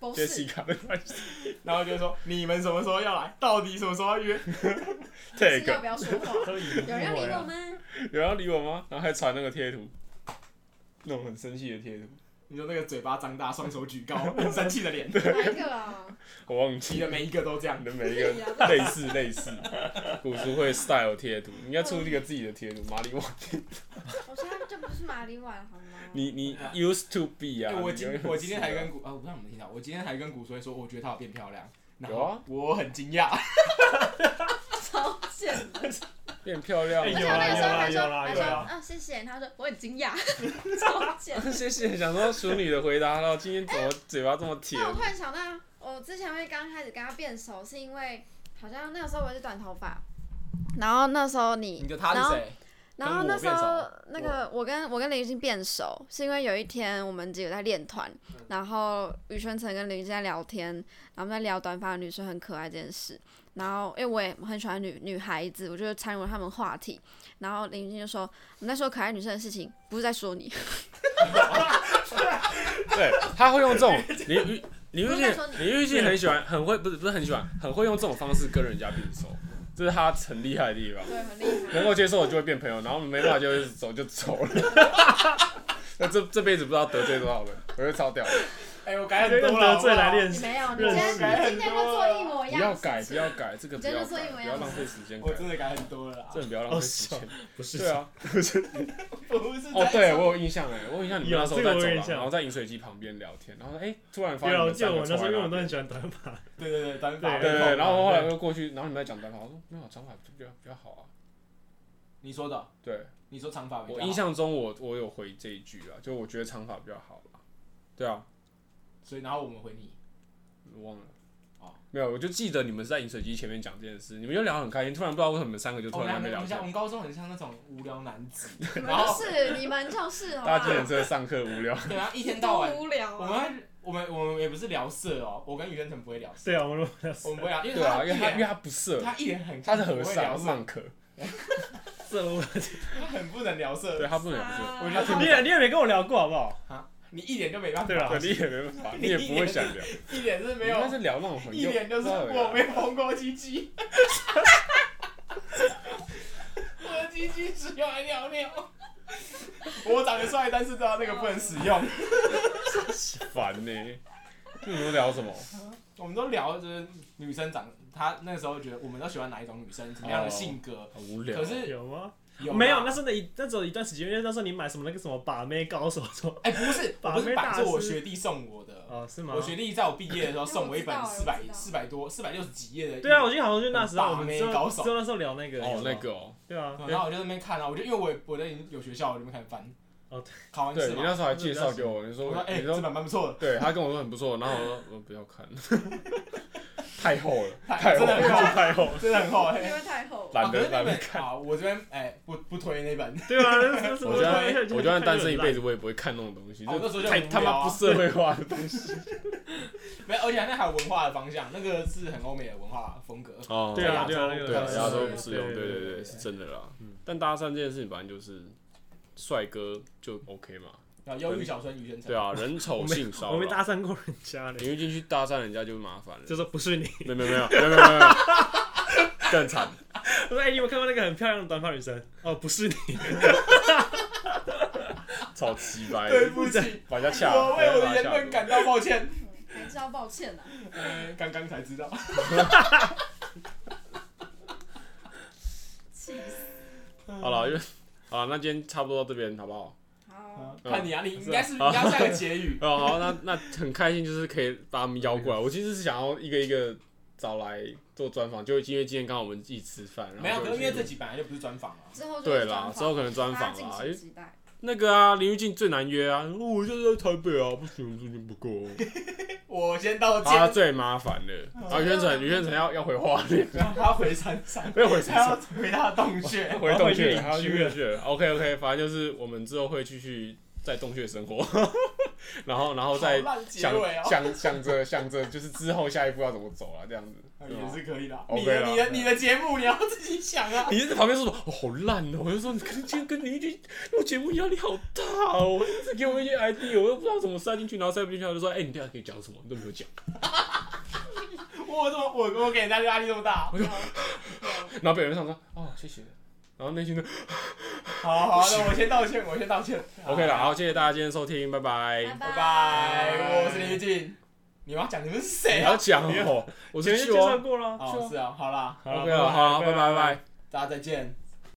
S4: 不是，
S1: ，Jessica 的 Price
S2: 然后就说你们什么时候要来？到底什么时候要约？
S4: 是要
S1: Tag，
S2: 啊
S4: 不要说话？
S3: 都已经
S4: 有人要理
S3: 过
S4: 我
S3: 了，
S4: 吗？
S1: 有人要理我吗？然后还传那个贴图，那种很生气的贴图，
S2: 你说那个嘴巴张大，双手 举高，很生气的脸，
S4: 哪一个啊？
S1: 我忘
S2: 你
S1: 记
S2: 的
S1: 了，
S2: 每一个都这样
S1: 你。的每一个类似类似，古书会 style 贴图，你应该出一个自己的贴图，马里瓦。
S4: 我现在就不是马里碗好吗？
S1: 你你 used to be
S2: 哎
S1: 啊，
S2: 我
S1: 你
S2: 今
S1: 永远
S2: 我今天
S1: 是啊
S2: 还跟古啊，我不知道你们听到，我今天还跟古所以说，我觉得她有变漂亮。然
S1: 有
S2: 后
S1: 啊
S2: 我很惊讶，
S4: 超贱的。
S1: 变漂亮
S3: 哎
S4: 而
S3: 有
S4: 且
S3: 啊
S4: 我那个时候
S3: 有啊
S4: 还说，
S3: 有啊
S4: 他
S3: 有
S4: 说
S3: 啊
S4: 啊谢谢，他说我很惊讶，超贱。
S1: 谢谢，想说淑女的回答到今天怎么嘴巴这么甜
S4: 那？我突然想到，我我之前会刚开始跟他变熟，是因为好像那个时候我是短头发，然后那时候你，
S2: 你的他
S4: 然
S2: 是
S4: 后
S2: 谁？
S4: 然后那时
S2: 跟
S4: 候
S2: 我
S4: 那个我跟我跟林雨欣变熟，是因为有一天我们几个在练团，
S2: 嗯
S4: 然后宇轩成跟林雨欣在聊天，然后我们在聊短发的女生很可爱这件事。然后因为我也很喜欢女女孩子，我就参与了他们话题。然后林雨欣就说：“我们在说可爱女生的事情，不是在 说你，
S1: 对，他会用这 种林玉林玉
S4: 不是在说
S1: 信，
S4: 你啊
S1: 林玉信很喜欢，很会不是不是很喜欢，很会用这种方式跟人家变熟，这是他很厉害的地方。
S4: 对，很厉
S1: 能。够接受的就会变朋友，然后没办法就会走就走了。 那这这辈子不知道得罪多少人，我觉得超屌的。
S2: 哎，我改很
S3: 用
S2: 多了，
S3: 得罪来练
S4: 你
S3: 习。
S4: 没有，你
S3: 认
S4: 今
S3: 识
S4: 天你今天就做一模一
S1: 不
S4: 样
S1: 要
S4: 的
S1: 改，
S4: 事
S1: 不
S4: 情。
S1: 要改，这个不
S4: 真
S1: 要
S4: 的做
S1: 改
S4: 一模，
S1: 不
S4: 一样
S1: 要
S4: 的
S1: 浪费时间
S2: 我
S1: 改，
S2: 真的改很多了啊。
S1: 真的不要浪费时间。
S3: 不是
S1: 对啊，
S2: 不是
S1: 哦
S2: 在，
S1: 对
S2: 说
S1: 我有印象哎，我有印象你们那时候
S3: 有这
S1: 在走
S3: 个我有印
S1: 廊，
S3: 象
S1: 然后在饮水机旁边聊天，然后哎，突然发
S3: 对
S1: 现
S3: 啊，
S1: 你
S3: 我
S1: 们三
S3: 记得我
S1: 个
S3: 那时候因为我
S1: 坐
S3: 都
S1: 在
S3: 很
S1: 那
S3: 喜欢短发，
S2: 对对对，短发
S1: 对对对，然后我后来又过去，然后你们在讲短发，我说没有长发比较比较好啊。
S2: 你说的，
S1: 对
S2: 你说长发比较好，
S1: 我印象中我我有回这一句啊，就我觉得长发比较好啦。对啊，
S2: 所以然后我们回你，
S1: 我忘了。
S2: 哦
S1: 没有，我就记得你们是在饮水机前面讲这件事，你们就聊得很开心，突然不知道为什么你们三个就
S2: 哦
S1: 突
S2: 我
S1: 然在那
S2: 们
S1: 边聊
S2: 很像，我们
S1: 天。
S2: 高中很像那种无聊男子，
S4: 你们就是，你 们就是，好不
S1: 大家
S4: 好
S1: 计程车上课无聊，
S2: 对，然后一天 到
S4: 多
S2: 晚，
S4: 无聊
S2: 我
S4: 啊！
S2: 们我们我们也不是聊色哦，我跟于真成不会聊色，
S3: 对啊，我们都
S2: 我们不会聊，因为
S1: 对啊，
S2: 他
S1: 因为他因为
S2: 一
S1: 他不色
S2: 脸，他一脸很
S1: 他是和
S2: 不会聊
S1: 尚
S2: 色，
S1: 上课，
S3: 这我
S2: 他很不能聊啊色
S1: 对，他不能不
S4: 啊
S1: 色，
S2: 我觉得挺
S3: 你也你也没跟我聊过好不好？
S2: 你一脸就没办
S3: 对啊
S2: 法，
S3: 啦
S1: 对你也没办法，你也不会想聊，
S2: 一脸是 没
S1: 你应该
S2: 有，
S1: 是聊那种很
S2: 一脸就是我没缝过鸡鸡， 我的鸡鸡只用来尿尿。我长得帅，但是知道那个不能使用。
S1: 烦呢。你们聊什么？
S2: 我们都聊就是女生长，她那时候觉得我们都喜欢哪一种女生，什么样的性格。
S1: 很无聊
S2: 可。是
S3: 有吗？
S2: 有
S3: 哦没有，那
S2: 那
S3: 时候那一那只有一段时间，因为那时候你买什么那个什么把妹高手说，
S2: 哎、不是，我
S3: 把妹
S2: 不是
S3: 大
S2: 把，是我
S3: 师
S2: 学弟送我的。
S3: 哦是吗
S2: 我？学弟在我毕业的时候
S4: 哎
S2: 送我一本
S4: 我
S2: 四
S4: 知道
S2: 百
S4: 哎我知道
S2: 四百多四百六十几页的。
S3: 对啊，我记得好像就那时候我
S2: 把
S3: 们
S2: 妹
S3: 之
S2: 高
S3: 后
S2: 手
S3: 之后那时候聊那个
S1: 哦，那
S3: 有没有
S1: 个哦，
S3: 对啊，
S2: 然后我就在那边看啊，我就因为我也我在有学校，我就在那边开始翻。
S3: 哦对，
S2: 考完
S1: 对
S2: 试
S1: 你
S2: 嘛
S1: 那，时候还介绍给我，你
S2: 我
S1: 说
S2: 说哎、
S1: 你
S2: 这
S1: 说
S2: 本蛮不错的，
S1: 对他跟我说很不错，然后我说我不 要看，太厚了，
S2: 太
S1: 太
S2: 真
S1: 厚
S2: 的很
S1: 了，
S2: 厚，
S3: 太厚，
S2: 真的很厚、
S4: 因
S2: 哎
S4: 为太厚，
S1: 懒
S2: 啊可是
S1: 得
S2: 那
S1: 懒得
S2: 本
S1: 看。
S2: 好，我这边哎、不不推那本，
S3: 对啊，那那什么
S1: 我就算我就算单身一辈
S3: 子，
S1: 子，我也不会看那种东西，
S2: 哦那时候就
S1: 太
S2: 很无
S1: 他
S2: 聊啊
S1: 妈不社会化 的东西。
S2: 没有，而且那还有文化的方向，那个是很欧美的文化风格。
S1: 哦
S3: 对啊对啊那个
S1: 对啊，
S2: 对
S1: 大家
S4: 对
S1: 都
S4: 对
S1: 不适用，对
S3: 对
S1: 对
S3: 对
S1: 对，
S2: 对
S1: 是真的啦
S3: 嗯。
S1: 但搭讪这件事情本来就是帅哥就 OK 嘛，
S2: 然后忧郁小生于先成。
S1: 对啊，人丑性骚
S3: 我没
S1: 扰，
S3: 搭讪过人家
S1: 你
S3: 嘞，
S1: 一进去搭讪人家就麻烦了
S3: 就，说不是你，
S1: 没有没有没有没有没有没有，更惨，
S3: 我说哎，你有没有看过那个很漂亮的短发女生？哦，不是你，
S1: 超鸡掰的，
S2: 对不起，
S1: 把人家掐了，
S2: 我为我
S1: 把
S2: 的
S1: 人家
S2: 言
S1: 掐
S2: 论
S1: 啊了
S2: 感到抱歉。
S4: 嗯
S2: 嗯
S4: 还是要抱歉啊。
S2: 刚刚才知道，
S4: 气死！
S1: 好了，因为 好，那今天差不多到这边好不好？
S4: 好，
S1: 嗯
S2: 看你啊，你
S3: 是啊
S2: 应该是你要下个结 语。
S1: 哦，好，那那很开心，就是可以把他们邀过来。我其实是想要一个一个找来做专访，就因为今天刚好我们一起吃饭，然后
S2: 没有，
S1: 就
S2: 可是因为
S1: 去
S2: 这集本来就不是专访啊。
S4: 之后就
S1: 对
S4: 是
S1: 啦
S4: 专，访
S1: 之后可能专
S4: 大家
S1: 访
S4: 敬
S1: 啦。
S4: 请
S1: 哎
S4: 期待。
S1: 那个啊，林玉静最难约啊，哦我现在在台北啊，不行，最近 不够。
S2: 我先道
S1: 他
S2: 歉，
S1: 最麻烦哦了，然后于宣成，于宣成要要回花莲，
S2: 然后他回山上，
S1: 要回
S2: 他 要
S1: 山
S2: 回他的洞穴
S1: 上，。 回洞穴，
S3: 他
S1: 他
S3: 要
S1: 要
S3: 回
S1: 去
S3: 去
S1: 洞穴。OK OK，反正就是我们之后会继续在洞穴生活， 然后然后再
S2: 好烂结
S1: 想
S2: 尾哦，
S1: 想想着想着，就是之后下一步要怎么走啊，这样子。对吧
S2: 也是可以的啊。
S1: OK
S2: 你的
S1: 啦
S2: 你的你的节目你要自己想啊。
S1: 你就在旁边说什么、哦、好烂哦，我就说你跟今天跟林俊录节目压力好大哦，一直给我一些 idea，我又不知道怎么塞进去，然后塞不进去，他就说哎、你等一下可以讲什么，你都没有讲，
S2: 我怎么我我给人家压力这么大？啊
S1: 然后被人上说哦谢谢，然后内心就
S2: 好好，那我先道歉，我先道歉。
S1: OK 了，好，谢谢大家今天收听，拜拜。
S4: 拜
S2: 拜拜，我是林玉静。你要讲你们是谁
S1: 你
S2: 啊
S1: 要？讲哦，我
S3: 前
S1: 是去
S3: 面 介绍
S1: 哦
S3: 过了。
S2: 哦，是啊，好啦，
S1: ，OK 了，好，拜拜拜。
S2: 大家再见。